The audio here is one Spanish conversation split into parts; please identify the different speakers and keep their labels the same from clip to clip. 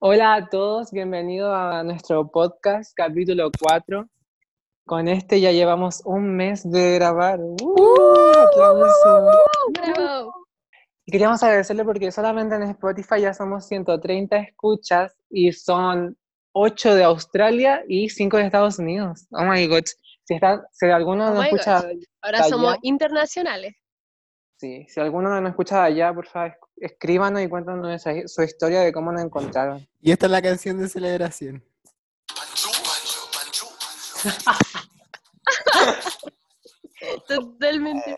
Speaker 1: Hola a todos, bienvenidos a nuestro podcast capítulo 4. Con este ya llevamos un mes de grabar. ¡Uh! ¡Aplauso!
Speaker 2: ¡Uh! Bravo.
Speaker 1: Y queríamos agradecerle porque solamente en Spotify ya somos 130 escuchas y son 8 de Australia y 5 de Estados Unidos. Oh my god. Si, está, si alguno
Speaker 2: Oh
Speaker 1: no
Speaker 2: my
Speaker 1: escucha,
Speaker 2: Ahora
Speaker 1: Está
Speaker 2: somos
Speaker 1: ya.
Speaker 2: internacionales.
Speaker 1: sí, si alguno no escucha de allá, por favor, escríbanos y cuéntanos esa- su historia de cómo nos encontraron.
Speaker 3: Y esta es la canción de celebración.
Speaker 1: Eh.
Speaker 2: Totalmente.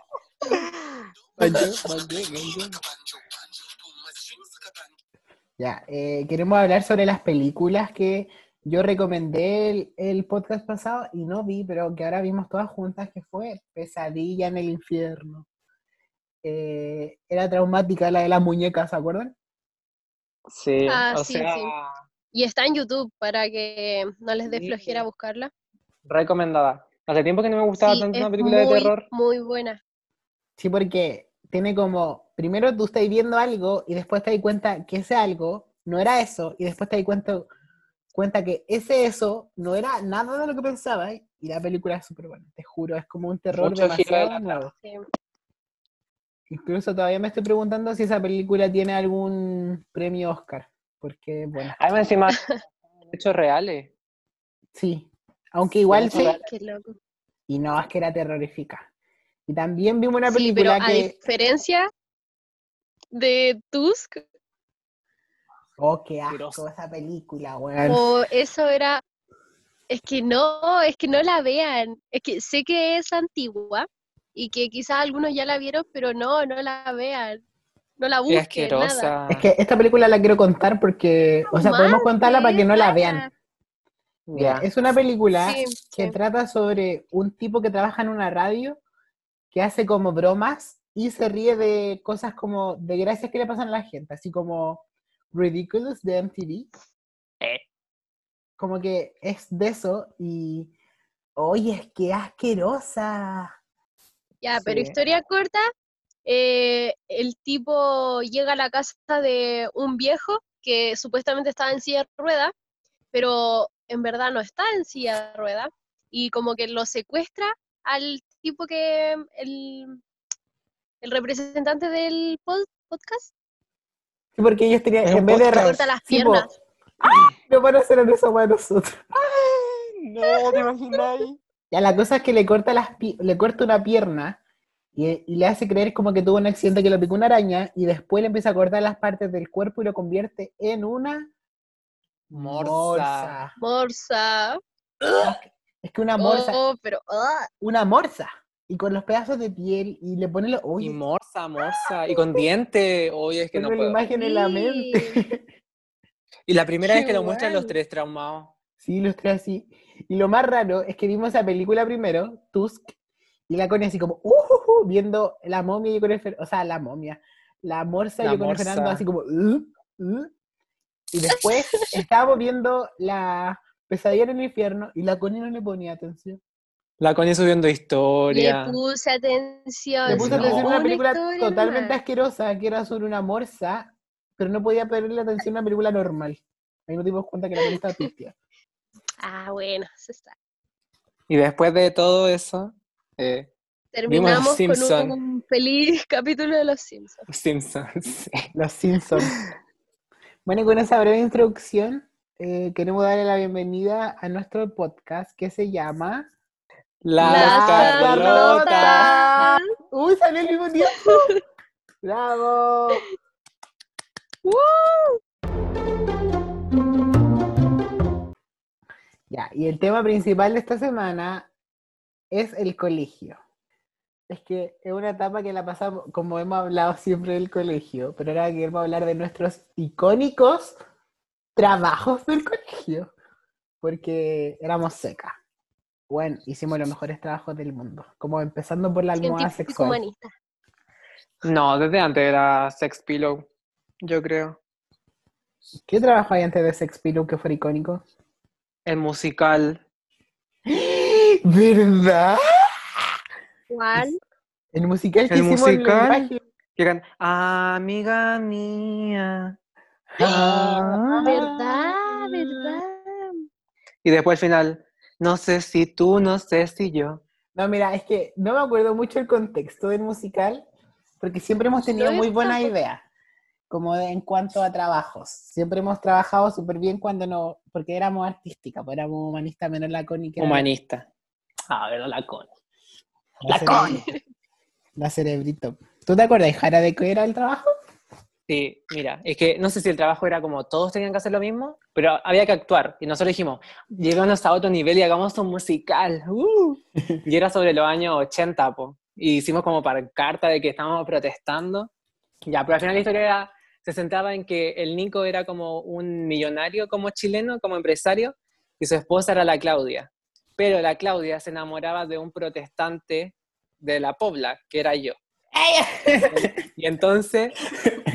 Speaker 3: Banjo, banjo, banjo. Ya, eh, queremos hablar sobre las películas que yo recomendé el, el podcast pasado y no vi, pero que ahora vimos todas juntas, que fue Pesadilla en el infierno. Eh, era traumática la de las muñecas, ¿se acuerdan?
Speaker 1: Sí,
Speaker 2: Ah,
Speaker 1: o
Speaker 2: sí,
Speaker 1: sea,
Speaker 2: sí. Y está en YouTube para que no les dé
Speaker 1: Sí.
Speaker 2: flojera buscarla.
Speaker 1: recomendada. Hace tiempo que no me gustaba
Speaker 2: Sí,
Speaker 1: tanto
Speaker 2: es
Speaker 1: una película
Speaker 2: muy,
Speaker 1: de terror.
Speaker 2: Muy buena.
Speaker 3: Sí, porque tiene como, primero tú estás viendo algo y después te das cuenta que ese algo no era eso y después te das cuenta, cuenta que ese eso no era nada de lo que pensabas y la película es súper buena, te juro, es como un terror
Speaker 1: Mucho giro de la
Speaker 3: demasiado nuevo.
Speaker 2: Sí.
Speaker 3: Incluso todavía me estoy preguntando si esa película tiene algún premio Oscar, porque bueno,
Speaker 1: Además, encima, son hechos reales.
Speaker 3: sí, aunque igual
Speaker 1: Sí,
Speaker 3: sí,
Speaker 1: claro.
Speaker 2: Qué loco.
Speaker 3: y no, es que era terrorífica. Y también vimos una
Speaker 2: Sí, pero
Speaker 3: película
Speaker 2: a
Speaker 3: que...
Speaker 2: diferencia de Tusk,
Speaker 3: Oh, qué asco
Speaker 1: Asquerosa.
Speaker 3: esa película, weón.
Speaker 2: o eso era. Es que no, es que no la vean. Es que sé que es antigua y que quizás algunos ya la vieron, pero no, no la vean. No la
Speaker 1: Es
Speaker 2: busquen. Nada.
Speaker 1: asquerosa.
Speaker 3: Es que esta película la quiero contar porque, o sea, podemos contarla para que no la vean.
Speaker 1: Ya.
Speaker 3: Es una película
Speaker 2: Sí,
Speaker 3: que
Speaker 2: sí.
Speaker 3: trata sobre un tipo que trabaja en una radio que hace como bromas y se ríe de cosas como de gracias que le pasan a la gente, así como Ridiculous de MTV.
Speaker 1: Eh.
Speaker 3: Como que es de eso y, oye, es que asquerosa.
Speaker 2: Ya, pero
Speaker 1: Sí.
Speaker 2: historia corta, eh, el tipo llega a la casa de un viejo que supuestamente estaba en silla de rueda, pero en verdad no está en silla de rueda, y como que lo secuestra al tipo que el, el representante del pod- podcast
Speaker 3: Sí, porque ellos
Speaker 1: Es
Speaker 3: tenían,
Speaker 1: un
Speaker 3: en vez de...
Speaker 1: podcast.
Speaker 3: ra-
Speaker 2: corta las
Speaker 3: Sí, po.
Speaker 2: piernas.
Speaker 3: No van a hacer eso para nosotros.
Speaker 1: No, te imagináis.
Speaker 3: Ya, la cosa es que le corta, las pi- le corta una pierna y, y le hace creer como que tuvo un accidente que lo picó una araña y después le empieza a cortar las partes del cuerpo y lo convierte en una
Speaker 1: Morsa.
Speaker 2: Morsa.
Speaker 3: Es que una morsa,
Speaker 2: Oh, pero ah,
Speaker 3: una morsa. Y con los pedazos de piel y le pone los...
Speaker 1: Y
Speaker 3: Oye,
Speaker 1: morsa, morsa. Y con diente. Oye, es que no
Speaker 3: tengo
Speaker 1: puedo.
Speaker 3: la imagen en la
Speaker 2: sí.
Speaker 3: mente.
Speaker 1: Y la primera
Speaker 3: Qué
Speaker 1: vez que lo muestran los
Speaker 3: guay.
Speaker 1: tres traumados.
Speaker 3: Sí, ilustré así. Y lo más raro es que vimos esa película primero, Tusk, y la Connie así como, "Uh, uh, uh", viendo la momia y yo con el Fer- o sea, la momia, la morsa y
Speaker 1: La
Speaker 3: yo con el
Speaker 1: morsa.
Speaker 3: Fernando así como, "Uh, uh". Y después estábamos viendo la pesadilla en el infierno y la Connie no le ponía atención.
Speaker 1: La Connie subiendo
Speaker 2: Le
Speaker 1: historia.
Speaker 2: puse atención.
Speaker 3: Le puso
Speaker 1: no.
Speaker 3: atención a una película
Speaker 2: historia
Speaker 3: totalmente
Speaker 2: nomás.
Speaker 3: asquerosa que era sobre una morsa, pero no podía ponerle atención a una película normal. Ahí nos dimos cuenta que la Connie estaba turbia.
Speaker 2: Ah, bueno, se está.
Speaker 1: Y después de todo eso, eh,
Speaker 2: Terminamos
Speaker 1: Los Simpson.
Speaker 2: con un feliz capítulo de Los Simpsons.
Speaker 1: Simpsons.
Speaker 3: Los Simpsons. Bueno, y con esa breve introducción, eh, queremos darle la bienvenida a nuestro podcast que se llama
Speaker 1: Las,
Speaker 2: Las
Speaker 1: Carlotas.
Speaker 2: Carlotas.
Speaker 3: ¡Uy, salió al mismo tiempo! ¡Bravo! Ya, y el tema principal de esta semana es el colegio. Es que es una etapa que la pasamos, como hemos hablado siempre del colegio, pero ahora queremos hablar de nuestros icónicos trabajos del colegio, porque éramos seca. Bueno, hicimos los mejores trabajos del mundo, como empezando por la almohada
Speaker 2: Científico
Speaker 3: sexual.
Speaker 2: humanista.
Speaker 1: No, desde antes era Sex Pillow, yo creo.
Speaker 3: ¿Qué trabajo hay antes de Sex Pillow que fue icónico?
Speaker 1: El musical.
Speaker 3: ¿Verdad?
Speaker 2: ¿Cuál?
Speaker 3: El musical que
Speaker 1: El
Speaker 3: hicimos en
Speaker 1: musical.
Speaker 3: lenguaje.
Speaker 1: Llegan, amiga mía, Ah.
Speaker 2: ¿Verdad? ¿Verdad?
Speaker 1: Y después al final, no sé si tú, no sé si yo.
Speaker 3: No, mira, es que no me acuerdo mucho el contexto del musical, porque siempre hemos tenido
Speaker 2: Yo
Speaker 3: muy buena
Speaker 2: tampoco.
Speaker 3: idea, como de- en cuanto a trabajos. Siempre hemos trabajado súper bien cuando no, porque éramos artísticas, pues éramos humanistas menos la Connie que era-
Speaker 1: Humanista.
Speaker 3: Ah, pero la Connie.
Speaker 1: La Connie.
Speaker 3: cerebrito. La cerebrito. ¿Tú te acuerdas, Jara, de qué era el trabajo?
Speaker 1: Sí, mira, es que no sé si el trabajo era como todos tenían que hacer lo mismo, pero había que actuar. Y nosotros dijimos, llevémonos a otro nivel y hagamos un musical. ¡uh! Y era sobre los años 80, po. Y hicimos como para carta de que estábamos protestando. Ya, pero al final la historia era- se sentaba en que el Nico era como un millonario, como chileno, como empresario, y su esposa era la Claudia. Pero la Claudia se enamoraba de un protestante de la Pobla, que era yo. Y entonces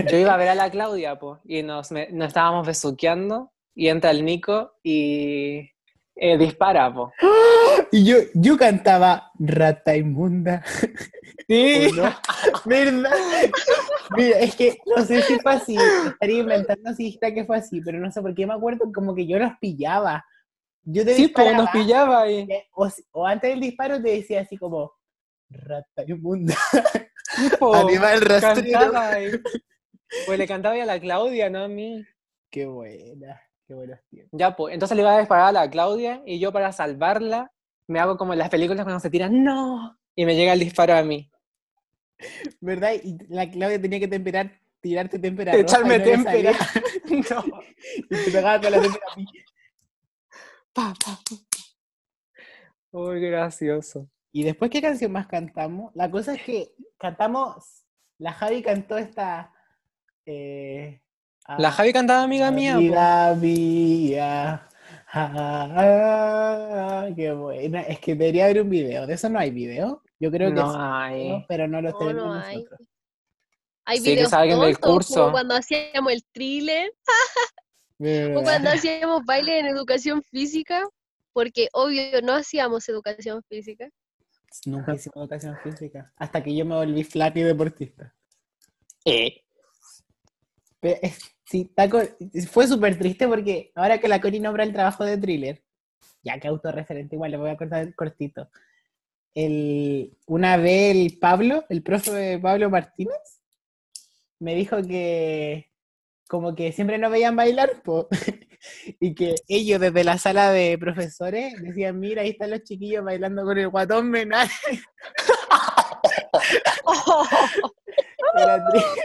Speaker 1: yo iba a ver a la Claudia, po, y nos, me- nos estábamos besuqueando, y entra el Nico y eh, dispara, po.
Speaker 3: Y yo, yo cantaba Rata Inmunda.
Speaker 1: Sí.
Speaker 3: ¿o no? ¿Verdad? Mira, es que no sé si fue así. Estaría inventando si dijera que fue así, pero no sé por qué me acuerdo como que yo los pillaba. Yo te
Speaker 1: Sí, pues, po,
Speaker 3: disparaba, eh,
Speaker 1: nos pillaba y...
Speaker 3: o, si- o antes del disparo te decía así como Rata Inmunda.
Speaker 1: sí, po,
Speaker 3: Animal rastrero.
Speaker 1: cantaba y- Pues le cantaba y a la Claudia, no a mí.
Speaker 3: Qué buena, qué buenos tiempos.
Speaker 1: Ya, pues, entonces le iba a disparar a la Claudia, y yo para salvarla, me hago como en las películas cuando se tiran, ¡no! Y me llega el disparo a mí.
Speaker 3: ¿Verdad? Y la Claudia tenía que temperar, tirarte tempera. roja y
Speaker 1: Echarme
Speaker 3: no le
Speaker 1: témpera.
Speaker 3: salía.
Speaker 1: No.
Speaker 3: Y te pegaba con la témpera a mí.
Speaker 1: Pa, pa, pa. Uy, gracioso.
Speaker 3: ¿Y después qué canción más cantamos? La cosa es que cantamos, la Javi cantó esta... eh,
Speaker 1: La
Speaker 3: ah,
Speaker 1: Javi cantaba amiga mía, po.
Speaker 3: Amiga mía. ah, ah, ah, qué buena. Es que debería haber un video. De eso no hay video. Yo creo que
Speaker 1: no
Speaker 3: sí, hay
Speaker 1: hay.
Speaker 3: video, pero no los
Speaker 2: No,
Speaker 3: tenemos
Speaker 2: no hay.
Speaker 3: nosotros.
Speaker 2: Hay
Speaker 1: Sí, que
Speaker 2: videos
Speaker 1: salgan del
Speaker 2: tontos,
Speaker 1: curso.
Speaker 2: como cuando hacíamos el thriller, o
Speaker 3: ¿Verdad?
Speaker 2: cuando hacíamos baile en educación física, porque obvio no hacíamos educación física.
Speaker 3: Nunca hicimos educación física. Hasta que yo me volví flaco y deportista.
Speaker 1: Eh,
Speaker 3: Pero es- sí, Taco, fue súper triste porque ahora que la Cori nombra el trabajo de thriller, ya que autorreferente, igual le voy a cortar cortito. El, una vez el Pablo, el profe de Pablo Martínez, me dijo que como que siempre nos veían bailar, po, y que ellos desde la sala de profesores decían, mira, ahí están los chiquillos bailando con el guatón menal. Era triste.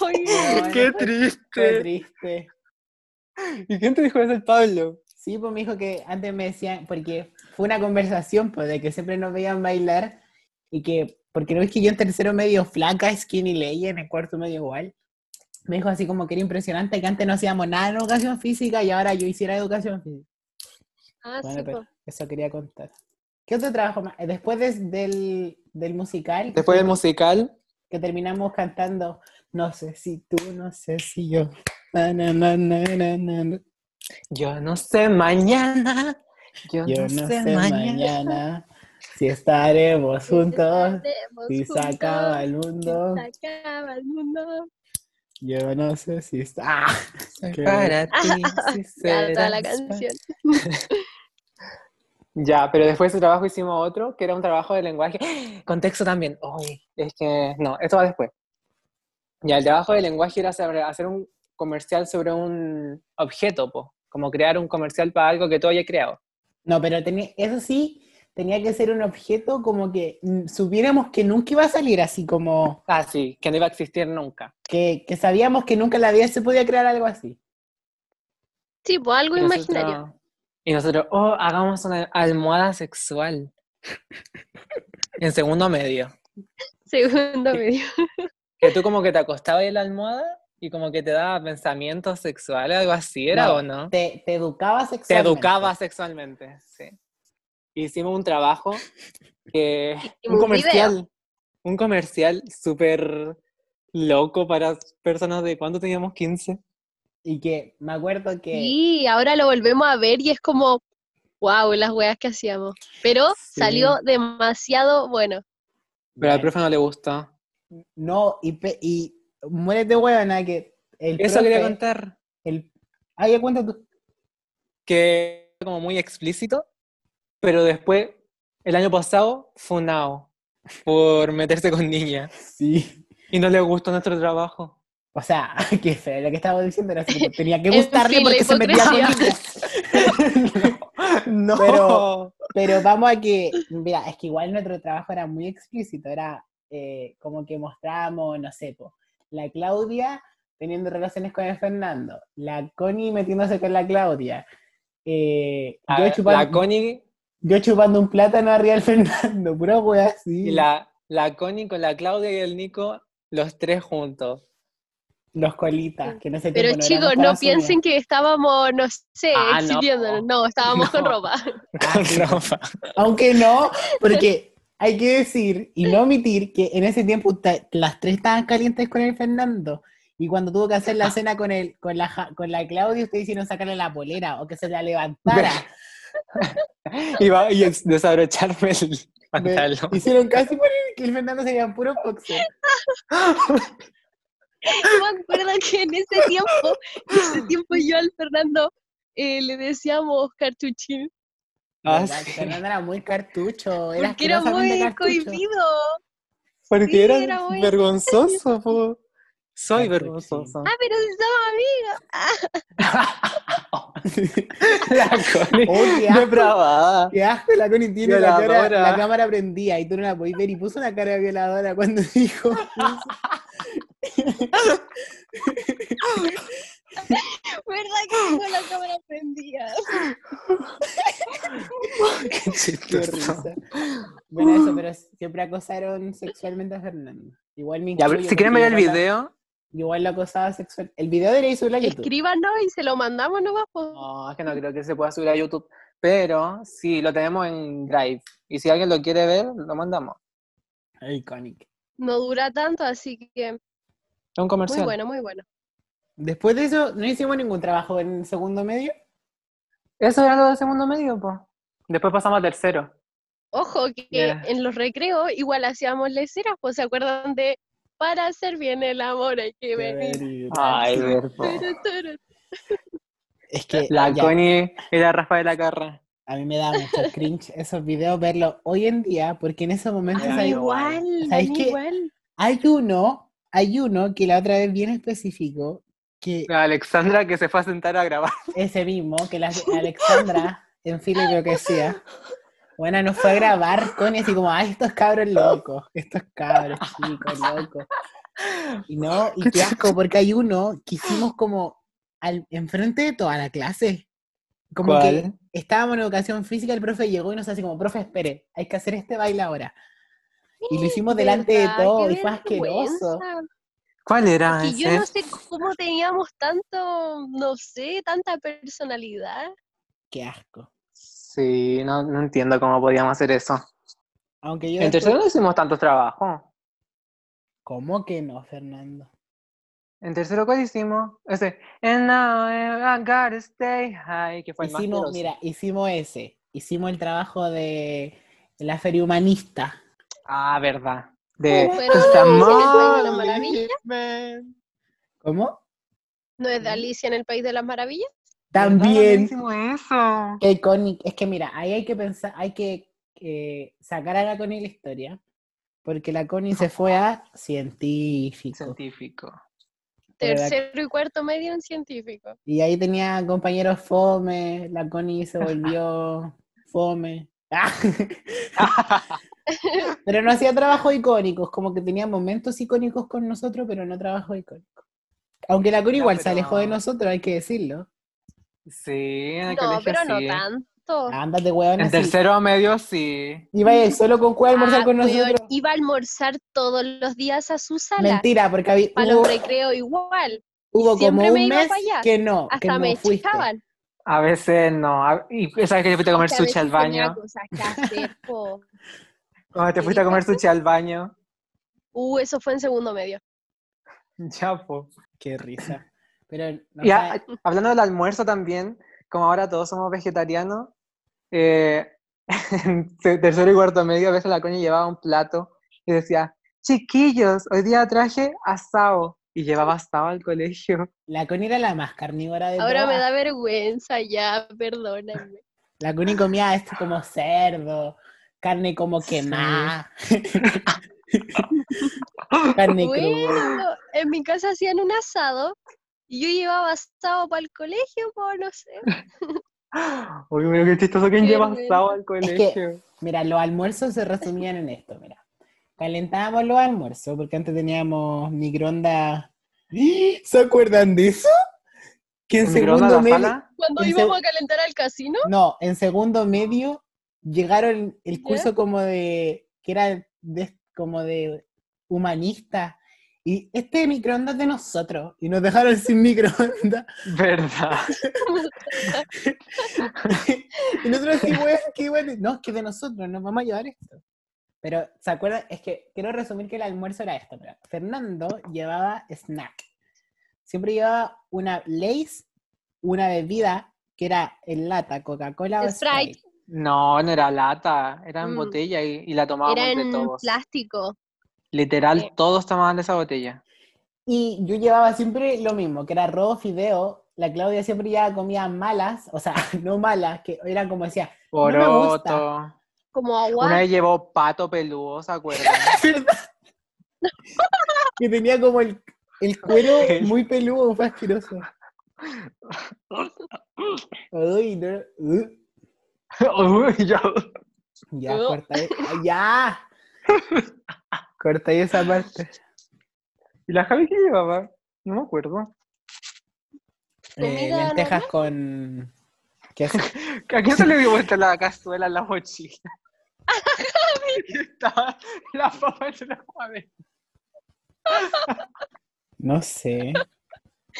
Speaker 2: Oye, ah,
Speaker 3: Bueno,
Speaker 1: ¡Qué
Speaker 3: fue- Fue
Speaker 1: triste!
Speaker 3: triste.
Speaker 1: ¿Y quién te dijo eso, el Pablo?
Speaker 3: Sí, pues me dijo que antes me decían, porque fue una conversación, pues, de que siempre nos veían bailar y que, porque no es que yo en tercero medio flaca, skinny ley, en el cuarto medio igual. Me dijo así como que era impresionante que antes no hacíamos nada en educación física y ahora yo hiciera educación física.
Speaker 2: ah,
Speaker 3: Bueno,
Speaker 2: sí,
Speaker 3: pero
Speaker 2: po.
Speaker 3: eso quería contar. ¿Qué otro trabajo más? Eh, Después de- del, del musical,
Speaker 1: Después del musical,
Speaker 3: que terminamos cantando, no sé si tú, no sé si yo. Na, na, na, na, na, na, na.
Speaker 1: yo no sé mañana, yo,
Speaker 3: Yo no sé mañana si estaremos juntos,
Speaker 2: Estaremos
Speaker 3: si se
Speaker 2: juntos,
Speaker 3: acaba el mundo.
Speaker 2: si se acaba el mundo.
Speaker 3: Yo no sé si está. ¡Ah! Qué
Speaker 1: Para ti, si
Speaker 2: Ya, toda la
Speaker 1: serás pa-
Speaker 2: canción.
Speaker 1: Ya, pero después de ese trabajo hicimos otro, que era un trabajo de lenguaje. Contexto también. Ay, es que, no, esto va después. Ya, el trabajo de lenguaje era sobre- hacer un comercial sobre un objeto, po. como crear un comercial para algo que tú hayas creado.
Speaker 3: No, pero tenía, eso sí, tenía que ser un objeto como que mm, supiéramos que nunca iba a salir así, como
Speaker 1: Ah, sí, que no iba a existir nunca.
Speaker 3: que, que sabíamos que nunca en la vida se podía crear algo así.
Speaker 2: Sí, pues algo
Speaker 1: Y
Speaker 2: imaginario.
Speaker 1: nosotros- y nosotros, oh, hagamos una almohada sexual. en segundo medio.
Speaker 2: Segundo medio.
Speaker 1: Que tú como que te acostabas en la almohada y como que te daba pensamientos sexuales, algo así, ¿era
Speaker 3: No,
Speaker 1: o no?
Speaker 3: Te, te educaba
Speaker 1: Te
Speaker 3: sexualmente.
Speaker 1: educaba sexualmente, sí. Hicimos un trabajo que...
Speaker 2: Hicimos
Speaker 1: Un
Speaker 2: un
Speaker 1: comercial. Un comercial súper loco para personas de... ¿Cuánto teníamos? 15.
Speaker 3: Y que me acuerdo que.
Speaker 2: Sí, ahora lo volvemos a ver y es como, wow, las weas que hacíamos. Pero
Speaker 1: Sí.
Speaker 2: salió demasiado bueno.
Speaker 1: Pero al
Speaker 3: Bueno,
Speaker 1: profe no le gustó.
Speaker 3: No, y, pe- y muérete huevona que el
Speaker 1: Eso quería
Speaker 3: profe,
Speaker 1: contar,
Speaker 3: el- Ah, ya cuenta tú.
Speaker 1: que fue como muy explícito, pero después, el año pasado, funao por meterse con niñas
Speaker 3: Sí.
Speaker 1: y no le gustó nuestro trabajo.
Speaker 3: O sea, qué feo, lo que estaba diciendo era así, tenía que
Speaker 2: En
Speaker 3: gustarle
Speaker 2: fin, la
Speaker 3: porque se metía con
Speaker 2: hipocresía.
Speaker 3: niñas.
Speaker 1: No. Oh.
Speaker 3: Pero- Pero vamos a que, mira, es que igual nuestro trabajo era muy explícito, era eh, como que mostrábamos, no sé, po, la Claudia teniendo relaciones con el Fernando, la Connie metiéndose con la Claudia, eh,
Speaker 1: A
Speaker 3: yo,
Speaker 1: ver,
Speaker 3: chupan-
Speaker 1: la Connie,
Speaker 3: yo chupando un plátano arriba del Fernando, puro wea así.
Speaker 1: y la, la Connie con la Claudia y el Nico, los tres juntos.
Speaker 3: Los colitas, que no sé
Speaker 2: Pero chicos, no piensen que estábamos, no sé,
Speaker 1: Ah, no.
Speaker 2: exhibiéndonos. No, estábamos con
Speaker 1: No.
Speaker 2: ropa.
Speaker 1: Con ropa.
Speaker 3: Aunque no, porque hay que decir y no omitir que en ese tiempo ta- las tres estaban calientes con el Fernando. Y cuando tuvo que hacer la cena con el, con la ja- con la Claudia, ustedes hicieron sacarle la polera o que se la levantara.
Speaker 1: Iba a desabrocharme el
Speaker 3: Me-
Speaker 1: pantalón.
Speaker 3: hicieron casi por el- que el Fernando se veía puro boxer.
Speaker 2: Yo me acuerdo que en ese tiempo, en ese tiempo yo al Fernando eh, le decíamos cartuchín,
Speaker 1: Ah,
Speaker 3: ¿Verdad?
Speaker 1: sí.
Speaker 3: Fernando era muy cartucho, era
Speaker 2: porque era
Speaker 3: asquerosamente
Speaker 2: muy
Speaker 3: cartucho.
Speaker 2: cohibido.
Speaker 1: Ah. Porque
Speaker 2: Sí,
Speaker 1: era,
Speaker 2: era muy-
Speaker 1: vergonzoso, po. Soy
Speaker 3: Exacto,
Speaker 1: vergonzoso.
Speaker 2: Ah, pero si somos amigos.
Speaker 1: La Connie
Speaker 3: Oh, qué asco.
Speaker 1: depravada.
Speaker 3: Qué asco, la Connie tiene la, cara-
Speaker 1: Violadora.
Speaker 3: la cámara prendida y tú no la podías ver y puso una cara de violadora cuando dijo eso.
Speaker 2: ¿Verdad que tengo la cámara prendida?
Speaker 1: Qué Uh.
Speaker 3: Qué
Speaker 1: chistoso.
Speaker 3: risa. Bueno, eso, pero siempre acosaron sexualmente a Fernando. Igual me
Speaker 1: Ya, pero
Speaker 3: incluyo,
Speaker 1: si quieren ver el
Speaker 3: porque igual la-
Speaker 1: video,
Speaker 3: igual lo acosaba sexual. El video de la hizo la YouTube.
Speaker 2: Escríbanos y se lo mandamos nomás. pues, po.
Speaker 1: no, es que no creo que se pueda subir a YouTube. Pero sí, lo tenemos en Drive. Y si alguien lo quiere ver, lo mandamos.
Speaker 3: Iconic.
Speaker 2: No dura tanto, así que
Speaker 1: Es un
Speaker 2: muy
Speaker 1: comercial.
Speaker 2: bueno, muy bueno.
Speaker 3: Después de eso, no hicimos ningún trabajo en segundo medio.
Speaker 1: Eso era lo del segundo medio, po. Después pasamos a tercero.
Speaker 2: Ojo que
Speaker 1: Ya.
Speaker 2: en los recreos igual hacíamos leceras, pues se acuerdan de para hacer bien el amor hay que venir.
Speaker 1: Ay, ver, po.
Speaker 2: Turu, turu.
Speaker 3: Es que
Speaker 1: La
Speaker 3: Eh, ah, ya,
Speaker 1: Connie era Rafa de la Carra.
Speaker 3: a mí me da mucho cringe esos videos verlos hoy en día, porque en esos momentos
Speaker 1: Ay,
Speaker 2: Da
Speaker 3: hay,
Speaker 1: amigo. igual.
Speaker 2: Ah, igual, da
Speaker 3: ¿Sabes Ah, qué?
Speaker 2: igual.
Speaker 3: hay uno, hay uno que la otra vez bien específico, que
Speaker 1: La Alexandra que se fue a sentar a grabar.
Speaker 3: ese mismo, que la Alexandra en fila creo que decía. Bueno, nos fue a grabar con así como, ay, estos cabros locos, estos cabros chicos locos. Y no, y qué asco, porque hay uno que hicimos como al, enfrente de toda la clase. Como que
Speaker 1: ¿Cuál?
Speaker 3: estábamos en educación física, el profe llegó y nos hace como, profe, espere, hay que hacer este baile ahora. Y lo hicimos delante de
Speaker 2: ¿Verdad?
Speaker 3: todo
Speaker 2: Qué
Speaker 3: y fue asqueroso.
Speaker 2: vergüenza.
Speaker 1: ¿Cuál era
Speaker 2: Y Ah, yo
Speaker 1: ese?
Speaker 2: no sé cómo teníamos tanto, no sé, tanta personalidad.
Speaker 3: Qué asco.
Speaker 1: Sí, no, no entiendo cómo podíamos hacer eso.
Speaker 3: Aunque yo...
Speaker 1: En
Speaker 3: después-
Speaker 1: tercero no hicimos tantos trabajos.
Speaker 3: ¿Cómo que no, Fernando?
Speaker 1: En tercero, ¿cuál hicimos? Ese, and now I gotta stay high, que fue el más
Speaker 3: Hicimos,
Speaker 1: asqueroso.
Speaker 3: mira, hicimos ese. Hicimos el trabajo de la feria humanista.
Speaker 1: Ah, verdad. De
Speaker 2: Bueno,
Speaker 1: tus
Speaker 2: ¿hicimos el baile de la
Speaker 1: amores,
Speaker 2: maravilla?
Speaker 1: man.
Speaker 3: ¿Cómo?
Speaker 2: ¿No es de Alicia en el País de las Maravillas?
Speaker 1: ¿Verdad?
Speaker 3: También.
Speaker 1: Hicimos eso.
Speaker 3: Qué icónico. Es que mira, ahí hay que pensar, hay que eh, sacar a la Connie la historia. Porque la Connie se fue a científico.
Speaker 1: Científico.
Speaker 3: Pero la-
Speaker 2: Tercero y cuarto medio en científico.
Speaker 3: Y ahí tenía compañeros fome. La Connie se volvió fome. Ah, pero no hacía trabajos icónicos. Como que tenía momentos icónicos con nosotros, pero no trabajos icónicos. Aunque la Connie
Speaker 1: Ya,
Speaker 3: igual se
Speaker 1: pero-
Speaker 3: alejó de nosotros, hay que decirlo.
Speaker 1: sí, en el
Speaker 2: No,
Speaker 1: colegio
Speaker 2: pero no
Speaker 1: sí.
Speaker 2: tanto.
Speaker 3: Ándate, weón.
Speaker 1: En tercero medio sí.
Speaker 3: Iba a ir solo con cuál almorzar
Speaker 2: Ah,
Speaker 3: con
Speaker 2: weón,
Speaker 3: nosotros.
Speaker 2: iba a almorzar todos los días a su sala.
Speaker 3: Mentira, porque había,
Speaker 2: Para los
Speaker 3: hubo,
Speaker 2: recreos igual.
Speaker 3: hubo como
Speaker 2: siempre me
Speaker 3: un
Speaker 2: iba
Speaker 3: mes
Speaker 2: pa' allá.
Speaker 3: que no, que
Speaker 2: Hasta
Speaker 3: no
Speaker 2: me
Speaker 3: fuiste.
Speaker 2: echaban.
Speaker 1: A veces no. a- Y sabes que te fuiste a comer
Speaker 2: que a
Speaker 1: sushi al
Speaker 2: veces tenía
Speaker 1: baño.
Speaker 2: cosas que hacer, po.
Speaker 1: Cuando te fuiste a comer sushi al baño.
Speaker 2: Uh, eso fue en segundo medio.
Speaker 1: Chapo.
Speaker 3: Qué risa. Pero no
Speaker 1: Y
Speaker 3: sé,
Speaker 1: a- hablando del almuerzo también, como ahora todos somos vegetarianos, eh, en te- tercero y cuarto medio a veces la coña llevaba un plato y decía, chiquillos, hoy día traje asado. y llevaba bastaba al colegio.
Speaker 3: La Connie era la más carnívora de
Speaker 2: Ahora me da
Speaker 3: todas.
Speaker 2: vergüenza ya, perdóname.
Speaker 3: La Connie comía esto como cerdo, carne como
Speaker 1: Sí.
Speaker 3: quemada. carne cruda.
Speaker 2: Bueno, en mi casa hacían un asado y yo llevaba asado para el colegio, po, no sé.
Speaker 1: Uy, pero qué chistoso que
Speaker 2: Qué
Speaker 1: lleva
Speaker 2: bueno.
Speaker 1: asado al
Speaker 3: que-
Speaker 1: colegio.
Speaker 3: Mira, los almuerzos se resumían en esto, mira. Calentábamos los almuerzos, porque antes teníamos microondas. ¿Se acuerdan de eso? Que en
Speaker 1: ¿En microondas
Speaker 3: segundo
Speaker 1: la
Speaker 3: medio.
Speaker 1: sala?
Speaker 2: Cuando
Speaker 3: Ese-
Speaker 2: íbamos a calentar al casino,
Speaker 3: No, en segundo medio llegaron el
Speaker 2: ¿Ya?
Speaker 3: curso como de, que era de- como de humanista. Y este microondas de nosotros. Y nos dejaron sin microondas.
Speaker 1: ¿Verdad?
Speaker 3: y nosotros, qué bueno, qué bueno. No, es que de nosotros, nos vamos a llevar esto. Pero, ¿se acuerdan? Es que quiero resumir que el almuerzo era esto. mira. Fernando llevaba snack. Siempre llevaba una Lace, una bebida que era en lata, Coca-Cola o
Speaker 2: Sprite.
Speaker 3: Sprite.
Speaker 1: No, no era lata, era en
Speaker 2: Mm.
Speaker 1: botella y, y la tomábamos
Speaker 2: era
Speaker 1: de
Speaker 2: en
Speaker 1: todos.
Speaker 2: plástico.
Speaker 1: Literal,
Speaker 2: Sí.
Speaker 1: todos tomaban de esa botella.
Speaker 3: Y yo llevaba siempre lo mismo, que era robo, fideo. La Claudia siempre ya comía malas, o sea, no malas, que eran como decía, me gusta.
Speaker 1: Poroto.
Speaker 2: Como agua.
Speaker 1: Una vez llevó pato peludo, ¿se acuerdan?
Speaker 3: ¿verdad? que tenía como el, el cuero muy peludo, fue asqueroso. Ay, no, uh,
Speaker 1: Uy, ya.
Speaker 3: ya,
Speaker 2: No.
Speaker 3: corta ahí, ay, ya. Corta ahí esa parte.
Speaker 1: ¿Y la Javi qué llevaba? No me acuerdo.
Speaker 3: Eh,
Speaker 2: Comida
Speaker 3: lentejas con... queso.
Speaker 1: ¿A quién se le dio vuelta la cazuela en la mochila? Y Estaba la papa entre la cabeza.
Speaker 3: No sé.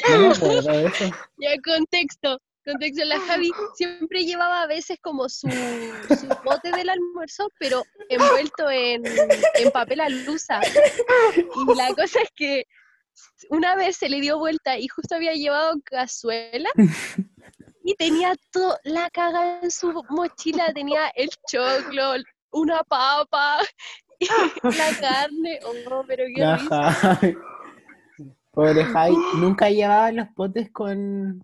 Speaker 3: No me acuerdo de eso.
Speaker 2: Ya, contexto. Contexto, la Javi siempre llevaba a veces como su, su bote del almuerzo, pero envuelto en, en papel alusa. Y la cosa es que una vez se le dio vuelta y justo había llevado cazuela y tenía toda la caga en su mochila, tenía el choclo, una papa, y la carne, oh, pero qué
Speaker 3: La
Speaker 2: risa.
Speaker 3: Javi. Pobre Javi, nunca llevaba los potes con,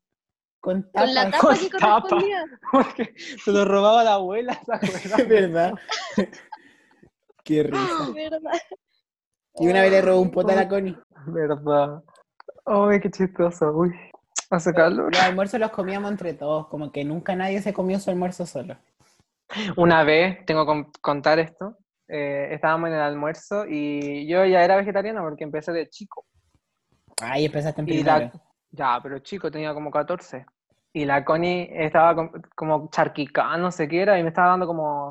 Speaker 3: con tapa.
Speaker 2: Con la tapa que
Speaker 1: Con tapa.
Speaker 2: correspondía.
Speaker 1: Porque se lo robaba la abuela, ¿se acuerdan?
Speaker 3: ¿Verdad? Qué risa.
Speaker 2: ¿verdad?
Speaker 3: Y una vez le robó un pote a la Connie.
Speaker 1: ¿Verdad? Ay, qué chistoso. Uy, hace calor.
Speaker 3: Los almuerzos los comíamos entre todos, como que nunca nadie se comió su almuerzo solo.
Speaker 1: Una vez, tengo que con- contar esto, eh, estábamos en el almuerzo y yo ya era vegetariano porque empecé de chico.
Speaker 3: Ay, empezaste en
Speaker 1: Y la-
Speaker 3: primero.
Speaker 1: Ya, pero chico, tenía como 14. Y la Connie estaba com- como charquicá, no sé qué era, y me estaba dando como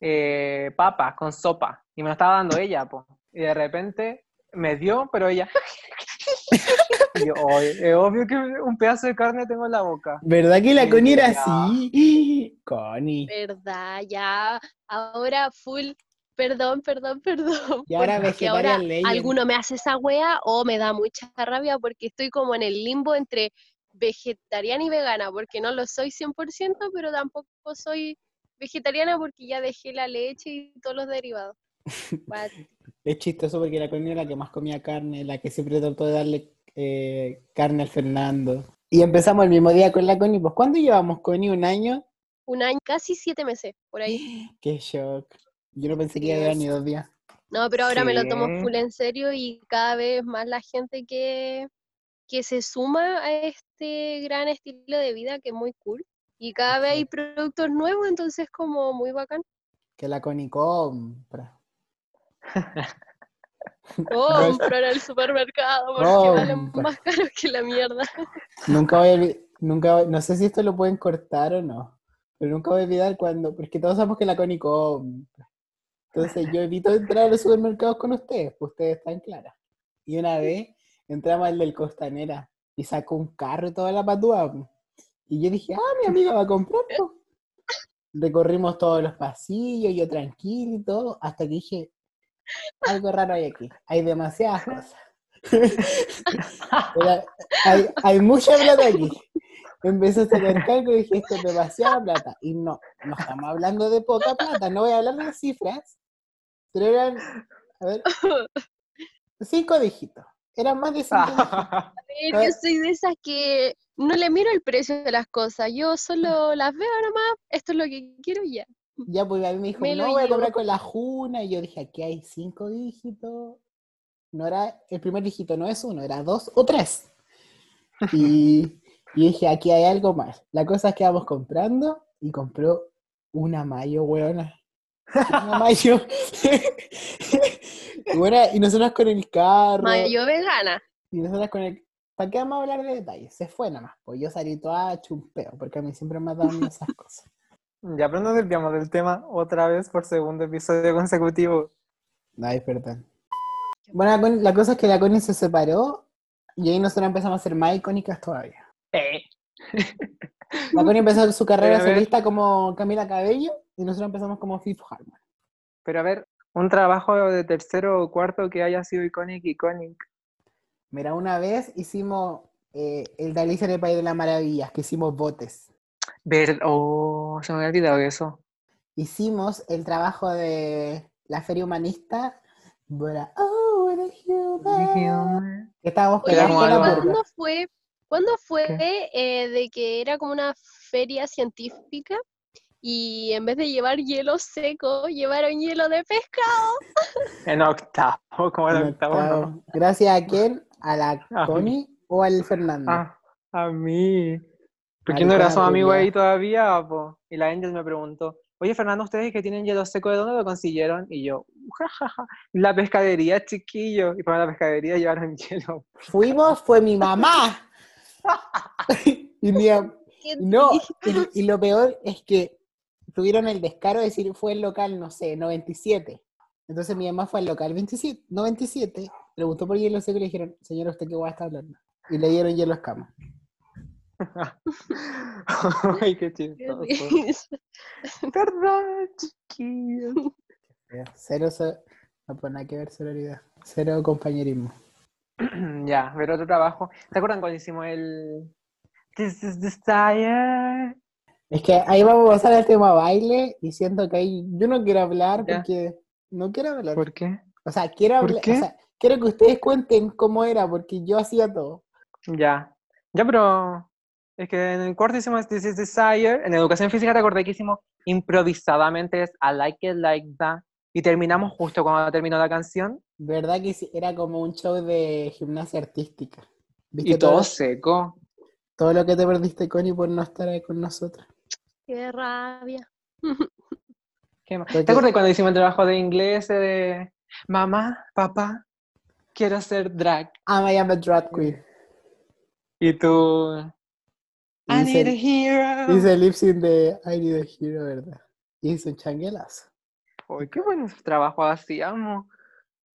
Speaker 1: eh, papas con sopa. Y me lo estaba dando ella, po. Y de repente me dio, pero ella... Y yo, "Oye, es obvio que un pedazo de carne tengo en la boca.
Speaker 3: ¿Verdad que la
Speaker 1: Sí,
Speaker 3: Connie era
Speaker 1: ya.
Speaker 3: así? Connie.
Speaker 2: ¿Verdad? Ya, ahora full, perdón, perdón, perdón.
Speaker 3: Y ahora
Speaker 2: porque ahora
Speaker 3: Vegetarian Legend.
Speaker 2: alguno me hace esa wea o me da mucha rabia porque estoy como en el limbo entre vegetariana y vegana, porque no lo soy 100%, pero tampoco soy vegetariana porque ya dejé la leche y todos los derivados. What?
Speaker 3: Es chistoso porque la Connie era la que más comía carne, la que siempre trató de darle eh, carne al Fernando. Y empezamos el mismo día con la Connie. Pues, ¿cuándo llevamos, Connie? ¿Un año?
Speaker 2: Un año, casi siete meses, por ahí.
Speaker 3: Qué shock. Yo no pensé que iba a durar ni dos días.
Speaker 2: No, pero ahora me lo tomo
Speaker 1: Sí.
Speaker 2: full en serio y cada vez más la gente que, que se suma a este gran estilo de vida que es muy cool. Y cada vez hay productos nuevos, entonces como muy bacán.
Speaker 3: Que la Connie compra.
Speaker 2: Oh, Comprar al supermercado porque valen
Speaker 3: Compra.
Speaker 2: más caro que la mierda.
Speaker 3: Nunca voy a olvi- nunca voy- no sé si esto lo pueden cortar o no, pero nunca voy a olvidar cuando, porque todos sabemos que la Connie compra. Entonces yo evito entrar a los supermercados con ustedes, pues ustedes están claras. Y una vez entramos al del Costanera y sacó un carro y toda la patúa. po. Y yo dije, ah, mi amiga va a comprar. po". Recorrimos todos los pasillos, yo tranquilo y todo, hasta que dije, algo raro hay aquí, hay demasiadas cosas. Era- hay, hay mucha plata aquí. Empecé a sacar cálculo y dije, esto es demasiada plata. Y no, no estamos hablando de poca plata, no voy a hablar de cifras, pero eran, a ver, cinco dígitos. Eran más de cinco.
Speaker 2: Yo soy de esas que no le miro el precio de las cosas, yo solo las veo nomás, esto es lo que quiero y ya.
Speaker 3: ya, pues a mí me dijo,
Speaker 2: Me lo
Speaker 3: no, voy a
Speaker 2: llevo.
Speaker 3: comprar con la Juna. Y yo dije, aquí hay cinco dígitos. No era, el primer dígito no es uno, era dos o tres. Y, y dije, aquí hay algo más. La cosa es que vamos comprando y compró una mayo, weona. Una mayo. Y bueno, y nosotros con el carro.
Speaker 2: Mayo vegana.
Speaker 3: Y nosotras con el... ¿Para qué vamos a hablar de detalles? Se fue nomás. Pues yo salí toda chumpeo, porque a mí siempre me dan esas cosas.
Speaker 1: Ya, pero nos desviamos del tema otra vez por segundo episodio consecutivo.
Speaker 3: Ay, perdón. Bueno, la, Connie- la cosa es que la Connie se separó y ahí nosotros empezamos a ser más icónicas todavía.
Speaker 1: Eh,
Speaker 3: La Connie empezó su carrera
Speaker 1: Pero a ver.
Speaker 3: solista como Camila Cabello y nosotros empezamos como Fifth Harmony.
Speaker 1: Pero a ver, un trabajo de tercero o cuarto que haya sido icónico, icónico.
Speaker 3: Mira, una vez hicimos eh, el de Alicia en el País de las Maravillas, que hicimos botes.
Speaker 1: Ver, oh, se me había olvidado eso.
Speaker 3: Hicimos el trabajo de la Feria Humanista. Bora- oh, what a human. Que Estábamos
Speaker 1: Oye, Era
Speaker 3: pegando
Speaker 1: como
Speaker 3: la
Speaker 1: algo-
Speaker 3: puerta.
Speaker 2: ¿cuándo fue, ¿cuándo fue eh, de que era como una feria científica y en vez de llevar hielo seco, llevaron hielo de pescado?
Speaker 1: En octavo, como en
Speaker 3: En
Speaker 1: octavo.
Speaker 3: octavo.
Speaker 1: no. Ah.
Speaker 3: Gracias a quién, a la
Speaker 1: A mí.
Speaker 3: Connie o al Fernando.
Speaker 1: Ah, a mí. ¿Por qué
Speaker 3: Maricona
Speaker 1: no era su amigo
Speaker 3: culiá.
Speaker 1: ahí todavía? po? Y la Angel me preguntó, oye Fernando, ¿ustedes que tienen hielo seco de dónde lo consiguieron? Y yo, jajaja, la pescadería, chiquillo. Y para la pescadería llevaron hielo.
Speaker 3: Fuimos, fue mi mamá. y, mi am-
Speaker 2: Qué
Speaker 3: no,
Speaker 2: triste.
Speaker 3: y, y lo peor es que tuvieron el descaro de decir fue el local, no sé, 97. Entonces mi mamá fue al local 27, 97, preguntó por hielo seco y le dijeron, señora, ¿usted qué guay está hablando? Y le dieron hielo escama.
Speaker 1: Ay, qué
Speaker 2: qué
Speaker 1: chistoso.
Speaker 2: triste.
Speaker 1: Perdón, chiquillo.
Speaker 3: Cero, so- no pues nada que ver sororidad. Cero compañerismo.
Speaker 1: ya, ver otro trabajo. ¿Te acuerdan cuando hicimos el... This is desire.
Speaker 3: Es que ahí vamos a pasar al tema baile y siento que ahí yo no quiero hablar
Speaker 1: Ya.
Speaker 3: porque no quiero hablar.
Speaker 1: ¿Por qué?
Speaker 3: O sea, quiero
Speaker 1: ¿Por
Speaker 3: hablar,
Speaker 1: qué?
Speaker 3: o sea, quiero que ustedes cuenten cómo era porque yo hacía todo.
Speaker 1: Ya. Ya, pero es que en el cuarto hicimos This is Desire. En educación física te acordé que hicimos improvisadamente es I like it like that. Y terminamos justo cuando terminó la canción.
Speaker 3: ¿Verdad que sí? era como un show de gimnasia artística? ¿Viste
Speaker 1: Y todo seco.
Speaker 3: todo lo que te perdiste, Connie, por no estar ahí con nosotros?
Speaker 2: Qué rabia.
Speaker 1: ¿Qué más?
Speaker 3: Creo
Speaker 1: ¿Te
Speaker 3: que-
Speaker 1: acuerdas cuando hicimos el trabajo de inglés eh, de mamá, papá, quiero ser drag?
Speaker 3: Ah, I am a drag queen.
Speaker 1: Y tú. I
Speaker 3: Hice-
Speaker 1: need a hero.
Speaker 3: Hice el lip sync de I Need a Hero, ¿verdad? Y hice un changuelazo.
Speaker 1: Ay, qué buenos trabajos hacíamos.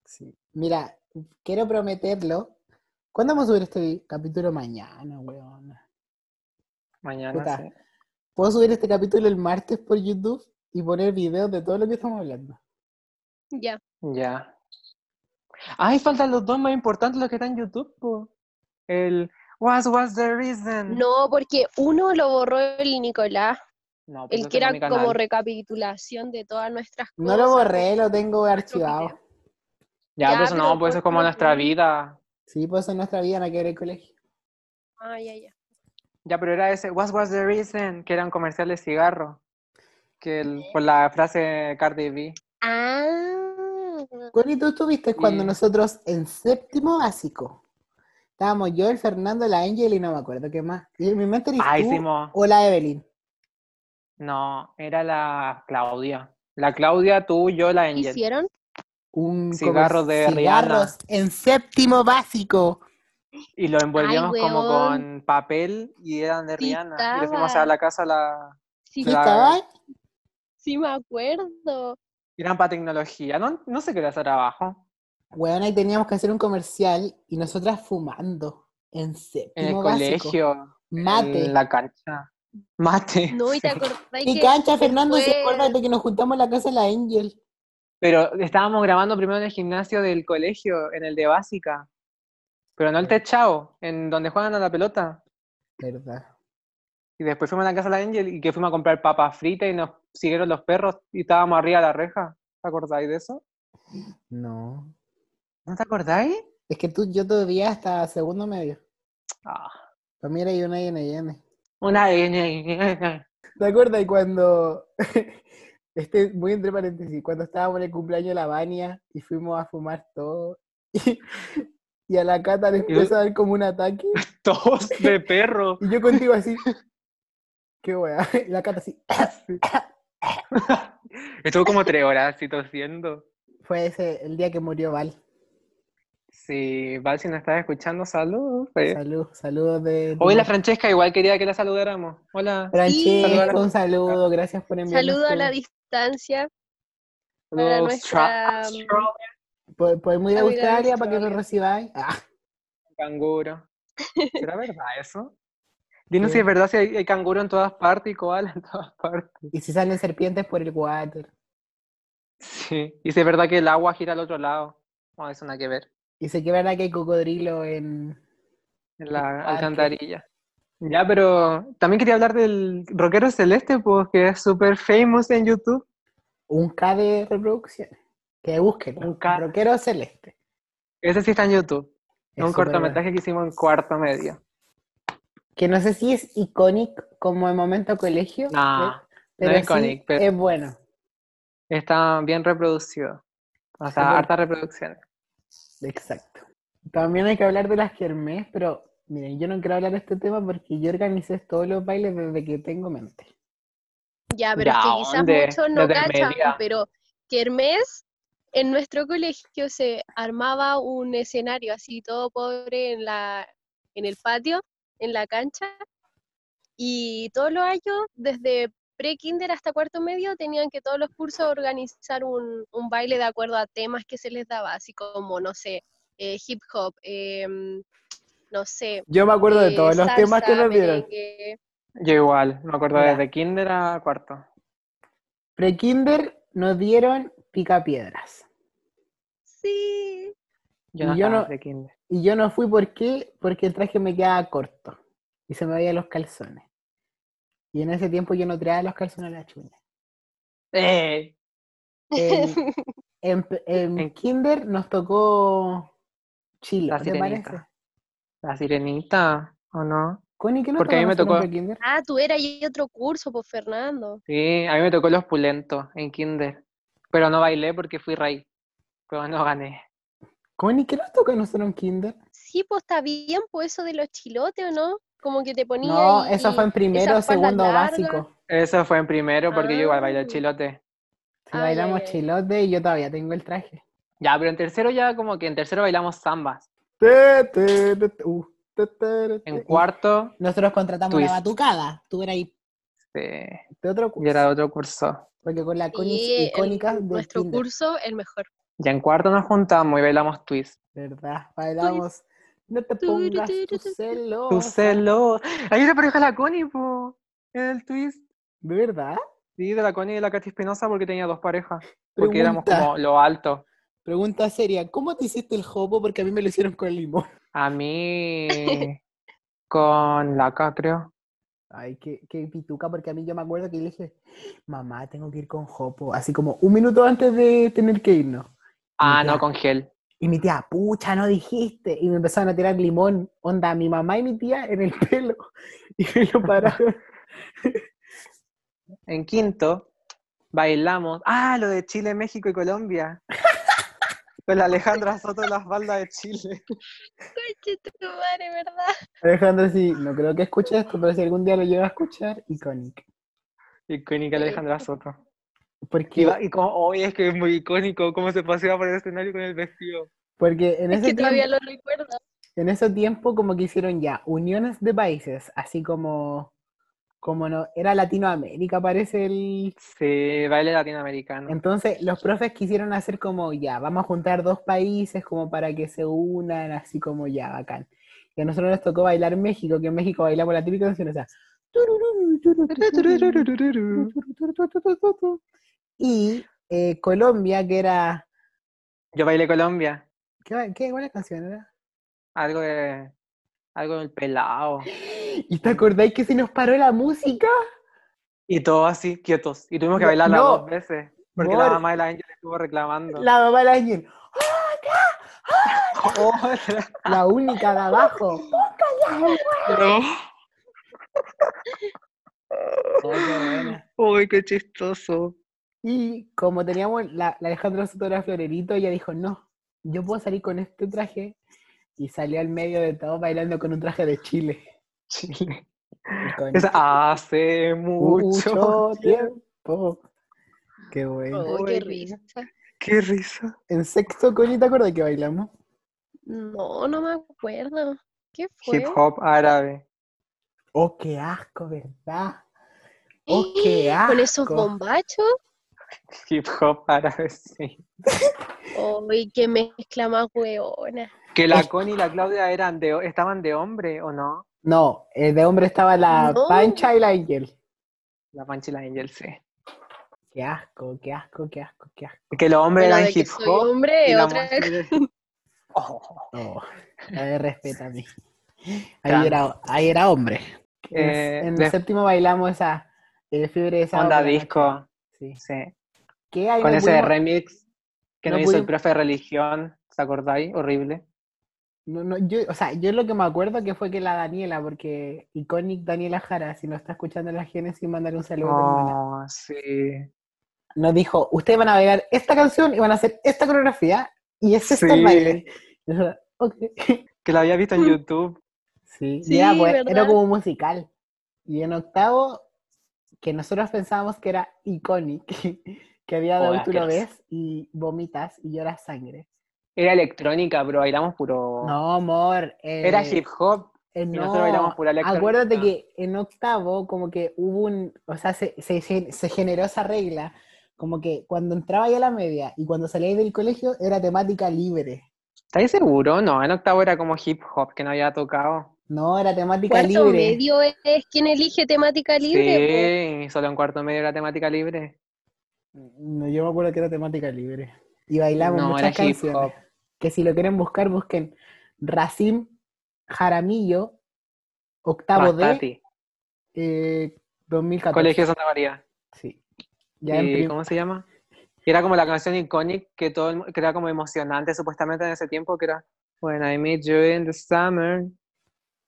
Speaker 3: Sí. Mira, quiero prometerlo. ¿Cuándo vamos a subir este capítulo? Mañana, weón.
Speaker 1: Mañana.
Speaker 3: Puta.
Speaker 1: sí.
Speaker 3: Puedo subir este capítulo el martes por YouTube y poner videos de todo lo que estamos hablando.
Speaker 2: Ya.
Speaker 1: Ya. Ay, faltan los dos más importantes, los que están en YouTube, po. El What was the reason?
Speaker 2: No, porque uno lo borró el Nicolás,
Speaker 1: Mm. No, pues
Speaker 2: el
Speaker 1: no
Speaker 2: que
Speaker 1: tengo
Speaker 2: era
Speaker 1: mi canal.
Speaker 2: como recapitulación de todas nuestras
Speaker 3: No
Speaker 2: cosas.
Speaker 3: lo borré, lo tengo archivado.
Speaker 2: video.
Speaker 1: Ya,
Speaker 2: Ya,
Speaker 1: pues no,
Speaker 2: pero
Speaker 1: pues eso es
Speaker 2: ¿por
Speaker 1: como
Speaker 2: qué?
Speaker 1: nuestra vida.
Speaker 3: Sí, pues en nuestra vida, no que ver el colegio.
Speaker 2: Ah, ya, ya.
Speaker 1: Ya, pero era ese What was the reason? Que eran comerciales de cigarro. Que el- por la frase Cardi B.
Speaker 2: Ah.
Speaker 3: Connie, tú estuviste cuando
Speaker 1: Sí.
Speaker 3: nosotros en séptimo básico. Estábamos yo, el Fernando, la Angel y no me acuerdo qué más. Y en mi mente eres
Speaker 1: Ah,
Speaker 3: tú
Speaker 1: hicimos.
Speaker 3: o la Evelyn.
Speaker 1: No, era la Claudia. La Claudia, tú, yo, la Angel.
Speaker 2: ¿Hicieron?
Speaker 3: Un
Speaker 1: Cigarro
Speaker 3: comer-
Speaker 1: de
Speaker 3: cigarros en séptimo básico.
Speaker 1: Y lo envolvíamos como
Speaker 2: weón.
Speaker 1: con papel y eran de
Speaker 2: Sí
Speaker 1: Rihanna. Y le fuimos a
Speaker 2: estaba.
Speaker 1: la casa a la.
Speaker 2: Sí,
Speaker 3: ¿Y
Speaker 1: Claro.
Speaker 3: estabas?
Speaker 2: sí me acuerdo.
Speaker 1: Eran para tecnología. No, no sé qué era ese trabajo.
Speaker 3: Bueno, ahí teníamos que hacer un comercial y nosotras fumando en
Speaker 1: En el
Speaker 3: séptimo básico.
Speaker 1: colegio,
Speaker 3: Mate.
Speaker 1: en la cancha. Mate.
Speaker 2: No, y te acordás
Speaker 3: ¿Qué
Speaker 2: que
Speaker 3: cancha, Fernando? Si
Speaker 2: después-
Speaker 3: acuérdate que nos juntamos en la casa de la Angel.
Speaker 1: Pero estábamos grabando primero en el gimnasio del colegio, en el de básica. Pero no el techao, en donde juegan a la pelota.
Speaker 3: Verdad.
Speaker 1: Y después fuimos a la casa de la Angel y que fuimos a comprar papas fritas y nos siguieron los perros y estábamos arriba de la reja. ¿Te acordáis de eso?
Speaker 3: No.
Speaker 1: ¿No te acordáis?
Speaker 3: Es que tú, yo te odiaba hasta segundo medio.
Speaker 1: Ah.
Speaker 3: Para mí era y una y una y una.
Speaker 1: Una N.
Speaker 3: ¿Te acuerdas cuando, este, muy entre paréntesis, cuando estábamos en el cumpleaños de la Vania y fuimos a fumar todo y, y a la Cata le
Speaker 1: Y-
Speaker 3: empezó a dar como un ataque
Speaker 1: Tos de perro.
Speaker 3: y yo contigo así, qué wea, y la Cata así,
Speaker 1: Estuvo como tres horas así tosiendo.
Speaker 3: fue ese, el día que murió Val.
Speaker 1: Sí, Val, si no estás escuchando, saludos. eh.
Speaker 3: Salud, saludos de...
Speaker 1: Hoy la Francesca igual quería que la saludáramos. Hola.
Speaker 3: Francesca,
Speaker 1: Sí.
Speaker 3: un saludo, gracias por enviarnos
Speaker 2: Saludo a
Speaker 3: tu-
Speaker 2: la distancia. Para
Speaker 1: Saludos,
Speaker 2: nuestra,
Speaker 1: tra-
Speaker 2: um,
Speaker 1: tra-
Speaker 3: Pod- Podemos ir a
Speaker 2: Amiga de
Speaker 3: Australia para que nos
Speaker 2: Australia.
Speaker 3: recibáis. Ah,
Speaker 1: Canguro. ¿Será verdad eso? Dinos
Speaker 3: Sí.
Speaker 1: si es verdad si hay, hay canguro en todas partes y koala en todas partes.
Speaker 3: y si salen serpientes por el water.
Speaker 1: Sí. Y si es verdad que el agua gira al otro lado. Bueno, eso nada que ver.
Speaker 3: Y sé que verdad que hay cocodrilo en...
Speaker 1: En la
Speaker 3: parque.
Speaker 1: alcantarilla. Ya, pero también quería hablar del Rockero Celeste, porque es súper famous en YouTube.
Speaker 3: un K de reproducción. Que busquen.
Speaker 1: Un K.
Speaker 3: Rockero celeste.
Speaker 1: Ese sí está en YouTube. Es
Speaker 3: Es
Speaker 1: un
Speaker 3: súper
Speaker 1: cortometraje que hicimos en cuarto medio.
Speaker 3: bueno. Que no sé si es icónico como el momento colegio.
Speaker 1: Nah,
Speaker 3: pe-
Speaker 1: no es iconic, pero-
Speaker 3: es bueno.
Speaker 1: Está bien reproducido. O sea,
Speaker 3: bueno.
Speaker 1: harta reproducción.
Speaker 3: Exacto. También hay que hablar de las germés, pero miren, yo no quiero hablar de este tema porque yo organicé todos los bailes desde que tengo mente.
Speaker 2: Ya, pero es
Speaker 1: Ya,
Speaker 2: que quizás
Speaker 1: ¿dónde?
Speaker 2: muchos no
Speaker 1: Desde
Speaker 2: cachan,
Speaker 1: media.
Speaker 2: pero que Hermes en nuestro colegio se armaba un escenario así todo pobre en la en el patio, en la cancha, y todos los años, desde pre-kinder hasta cuarto medio, tenían que todos los cursos organizar un, un baile de acuerdo a temas que se les daba, así como, no sé, eh, hip hop, em, no sé.
Speaker 3: Yo me acuerdo de
Speaker 2: eh,
Speaker 3: todos los temas que
Speaker 2: salsa,
Speaker 3: nos dieron.
Speaker 2: merengue.
Speaker 1: Yo igual, me acuerdo
Speaker 3: Ya.
Speaker 1: desde kinder a cuarto.
Speaker 3: Pre-kinder nos dieron picapiedras.
Speaker 2: Sí.
Speaker 1: Yo no
Speaker 3: Y yo
Speaker 1: estaba
Speaker 3: no-
Speaker 1: de kinder.
Speaker 3: Y yo no fui, ¿por qué? Porque el traje me quedaba corto y se me veían los calzones. Y en ese tiempo yo no traía los calzones a la chuña.
Speaker 1: ¡Eh!
Speaker 3: En, en p- en
Speaker 1: En-
Speaker 3: kinder nos tocó Chilo,
Speaker 1: La
Speaker 3: ¿te
Speaker 1: sirenita.
Speaker 3: parece?
Speaker 1: La sirenita, ¿o no?
Speaker 3: Connie, ¿qué nos
Speaker 1: Porque a mí me
Speaker 3: nosotros
Speaker 1: tocó-
Speaker 3: en pre-kinder?
Speaker 2: Ah, tú eras y otro curso, pues Fernando.
Speaker 1: Sí, a mí me tocó los pulentos en kinder. Pero no bailé porque fui rey. Pero no gané.
Speaker 3: Connie, ¿qué nos tocó a nosotros en kinder?
Speaker 2: Sí, pues está bien, pues eso de los chilotes, ¿o no? Como que te ponía.
Speaker 3: No,
Speaker 2: y-
Speaker 3: eso fue en primero o
Speaker 2: esas faldas
Speaker 3: segundo
Speaker 2: largas.
Speaker 3: básico.
Speaker 1: Eso fue en primero porque yo igual bailé
Speaker 2: Ah.
Speaker 1: chilote.
Speaker 3: Sí,
Speaker 2: Ah, ya,
Speaker 3: bailamos
Speaker 2: ya, ya.
Speaker 3: chilote y yo todavía tengo el traje.
Speaker 1: Ya, pero en tercero ya como que en tercero bailamos zambas.
Speaker 3: Te, te, te, te, uh, te, te, te,
Speaker 1: En
Speaker 3: y
Speaker 1: cuarto,
Speaker 3: Nosotros contratamos
Speaker 1: Twist.
Speaker 3: la batucada. Tú eras ahí
Speaker 1: este,
Speaker 3: de otro curso.
Speaker 1: yo era de otro curso.
Speaker 3: Porque con la Connie
Speaker 2: Sí, el-
Speaker 3: icónica de
Speaker 2: nuestro
Speaker 3: kinder.
Speaker 2: curso, el mejor.
Speaker 1: Ya en cuarto nos juntamos y bailamos twist.
Speaker 3: ¿Verdad? Bailamos. No te
Speaker 2: Turi,
Speaker 3: pongas
Speaker 2: turi,
Speaker 3: tu
Speaker 2: turi,
Speaker 3: celosa.
Speaker 1: Tu celo. Hay una pareja de la Connie, po. En el twist.
Speaker 3: ¿De verdad?
Speaker 1: Sí, de la Connie y de la Katy Espinosa porque tenía dos parejas. Porque éramos
Speaker 3: Pregunta.
Speaker 1: como lo alto.
Speaker 3: Pregunta seria, ¿cómo te hiciste el jopo? Porque a mí me lo hicieron con limón.
Speaker 1: A mí con laca, creo.
Speaker 3: Ay, qué, qué pituca, porque a mí yo me acuerdo que le dije, mamá, tengo que ir con jopo, así como un minuto antes de tener que irnos.
Speaker 1: Ah, no,
Speaker 3: Ya.
Speaker 1: con gel.
Speaker 3: Y mi tía, pucha, no dijiste. Y me empezaron a tirar limón, onda, mi mamá y mi tía en el pelo. Y me lo pararon.
Speaker 1: En quinto, bailamos. Ah, lo de Chile, México y Colombia. Con la Alejandra Soto en las baldas de Chile.
Speaker 2: Conche tu madre, ¿verdad?
Speaker 3: Alejandro, sí, no creo que escuche esto, pero si algún día lo llega a escuchar, icónico.
Speaker 1: Icónica la Alejandra Soto. Y,
Speaker 3: Porque
Speaker 1: va- y como, hoy es que es muy icónico cómo se paseaba por el escenario con el vestido.
Speaker 3: Porque en
Speaker 2: Es
Speaker 3: ese,
Speaker 2: que todavía
Speaker 3: tiempo,
Speaker 2: lo recuerdo.
Speaker 3: en ese tiempo como que hicieron ya uniones de países, así como, como no, era Latinoamérica parece el...
Speaker 1: Sí, baile latinoamericano.
Speaker 3: Entonces los profes quisieron hacer como ya, vamos a juntar dos países como para que se unan, así como ya, bacán. Y a nosotros nos tocó bailar México, que en México bailamos la típica canción, o sea... tururú, tururú, tururú, tururú, tururú, tururú, tururú. Y eh, Colombia, que era...
Speaker 1: Yo bailé Colombia.
Speaker 3: ¿Qué, qué buena canción era?
Speaker 1: Algo de. Algo del pelado.
Speaker 3: ¿Y te acordáis que se nos paró la música?
Speaker 1: Y todos así, quietos. Y tuvimos que
Speaker 3: No,
Speaker 1: bailarla
Speaker 3: no.
Speaker 1: dos veces. Porque
Speaker 3: Mor-
Speaker 1: la mamá de la Angel estuvo reclamando.
Speaker 3: La mamá de la Angel.
Speaker 1: Otra.
Speaker 3: La única de abajo.
Speaker 4: No.
Speaker 3: Oh, qué buena.
Speaker 4: Uy, qué chistoso.
Speaker 3: Y como teníamos la, la Alejandra Sotora Florerito, ella dijo, no, yo puedo salir con este traje. Y salió al medio de todo bailando con un traje de Chile.
Speaker 1: Chile.
Speaker 3: Y con
Speaker 1: Es hace
Speaker 3: mucho,
Speaker 1: mucho.
Speaker 3: tiempo. Qué bueno.
Speaker 2: Oh, qué
Speaker 1: Bueno.
Speaker 2: risa.
Speaker 4: Qué risa.
Speaker 3: En sexto, Connie, ¿te acuerdas que bailamos?
Speaker 2: No, no me acuerdo. ¿Qué fue?
Speaker 4: Hip hop árabe.
Speaker 3: Oh, qué asco, ¿verdad? Oh, qué asco.
Speaker 2: Con esos bombachos.
Speaker 1: Hip hop árabe, sí.
Speaker 2: Uy, qué mezcla más hueona.
Speaker 1: Que la
Speaker 3: Es-
Speaker 1: Connie y la Claudia eran de, estaban de hombre, ¿o no?
Speaker 3: No, eh, de hombre estaba la
Speaker 2: No.
Speaker 3: pancha y la angel.
Speaker 1: La Pancha y la Angel, sí.
Speaker 3: Qué asco, qué asco, qué asco, qué asco.
Speaker 1: Que los hombres
Speaker 2: Pero
Speaker 1: eran
Speaker 2: de que
Speaker 1: hip
Speaker 2: soy
Speaker 1: hop.
Speaker 2: hombre,
Speaker 1: y la
Speaker 2: otra
Speaker 1: mujer- Oh,
Speaker 3: Oh, a ver, respétame. Ahí
Speaker 1: Trans.
Speaker 3: era, ahí era hombre. En-
Speaker 1: Eh,
Speaker 3: en
Speaker 1: de-
Speaker 3: el séptimo bailamos esa eh, fiebre de sábado
Speaker 1: onda
Speaker 3: por la noche.
Speaker 1: disco,
Speaker 3: Sí.
Speaker 1: sí.
Speaker 3: ¿Qué hay?
Speaker 1: Con
Speaker 3: No
Speaker 1: ese
Speaker 3: pudimos-
Speaker 1: remix que
Speaker 3: no
Speaker 1: nos hizo el
Speaker 3: pudimos-
Speaker 1: profe de religión, ¿se acordáis? Horrible.
Speaker 3: no, no, yo, o sea, yo lo que me acuerdo que fue que la Daniela, porque Iconic Daniela Jara, si no está escuchando la Génesis, mandar un saludo. a tu hermana.
Speaker 1: Oh, sí.
Speaker 3: nos dijo, ustedes van a bailar esta canción y van a hacer esta coreografía y es este el
Speaker 1: Sí.
Speaker 3: baile. Y nosotros, "Ok".
Speaker 1: Que lo había visto
Speaker 3: Mm.
Speaker 1: en YouTube.
Speaker 3: Sí,
Speaker 2: Sí,
Speaker 3: ya, pues,
Speaker 2: ¿verdad?
Speaker 3: era como un musical. Y en octavo, que nosotros pensábamos que era iconic, que había dado
Speaker 1: Oh,
Speaker 3: y tú lo
Speaker 1: asqueroso.
Speaker 3: ves y vomitas y lloras sangre.
Speaker 1: Era electrónica, pero bailamos puro.
Speaker 3: No, amor.
Speaker 1: Oh. Era
Speaker 3: eh,
Speaker 1: hip hop.
Speaker 3: eh,
Speaker 1: Y
Speaker 3: no.
Speaker 1: nosotros bailamos pura ah. electrónica.
Speaker 3: Acuérdate que en octavo como que hubo un, o sea, se, se, gen- se generó esa regla, como que cuando entraba ya la media y cuando salía del colegio era temática libre.
Speaker 1: ¿Estáis seguro? No, en octavo era como hip hop que no había tocado.
Speaker 3: No, era temática
Speaker 2: Cuarto
Speaker 3: libre.
Speaker 2: medio es quien elige temática libre. pues.
Speaker 3: pues.
Speaker 1: sí, solo en cuarto medio era temática libre.
Speaker 3: No, yo me acuerdo que era temática libre. Y bailamos
Speaker 1: no, era
Speaker 3: muchas
Speaker 1: hip
Speaker 3: canciones.
Speaker 1: hop.
Speaker 3: Que si lo quieren buscar, busquen Racim Jaramillo, octavo D,
Speaker 1: Bastati.
Speaker 3: eh, 2014.
Speaker 1: Colegio Santa María.
Speaker 3: Sí. Ya en
Speaker 1: ¿Y
Speaker 3: prim-
Speaker 1: ¿Cómo se llama? Era como la canción icónica que todo el mu- que era como emocionante supuestamente en ese tiempo que era When I meet you in the summer.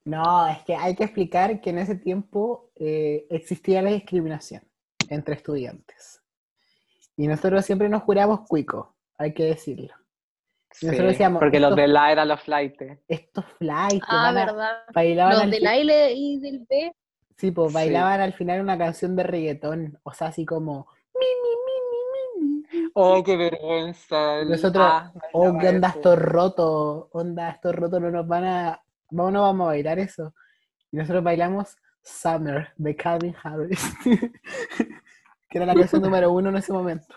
Speaker 3: No, es que hay que explicar que en ese tiempo eh, existía la discriminación entre estudiantes. Y nosotros siempre nos juramos cuico, hay que decirlo.
Speaker 1: Sí,
Speaker 3: Nosotros decíamos,
Speaker 1: porque los
Speaker 3: esto-
Speaker 1: de la eran los flightes.
Speaker 3: Estos flights que
Speaker 2: Ah,
Speaker 3: van a-
Speaker 2: verdad.
Speaker 3: bailaban
Speaker 2: Los
Speaker 3: al
Speaker 2: del A y le- y del B.
Speaker 3: Sí, pues
Speaker 1: Sí.
Speaker 3: bailaban al final una canción de reggaetón, o sea, así como, mi, mi, mi, mi, mi, mi.
Speaker 1: Oh, qué vergüenza. el-
Speaker 3: Nosotros,
Speaker 1: ah,
Speaker 3: oh,
Speaker 1: bailaba
Speaker 3: qué onda
Speaker 1: eso.
Speaker 3: esto roto, onda esto roto, no nos van a, no, no vamos a bailar eso. Y nosotros bailamos Summer de Calvin Harris, que era la canción número uno en ese momento.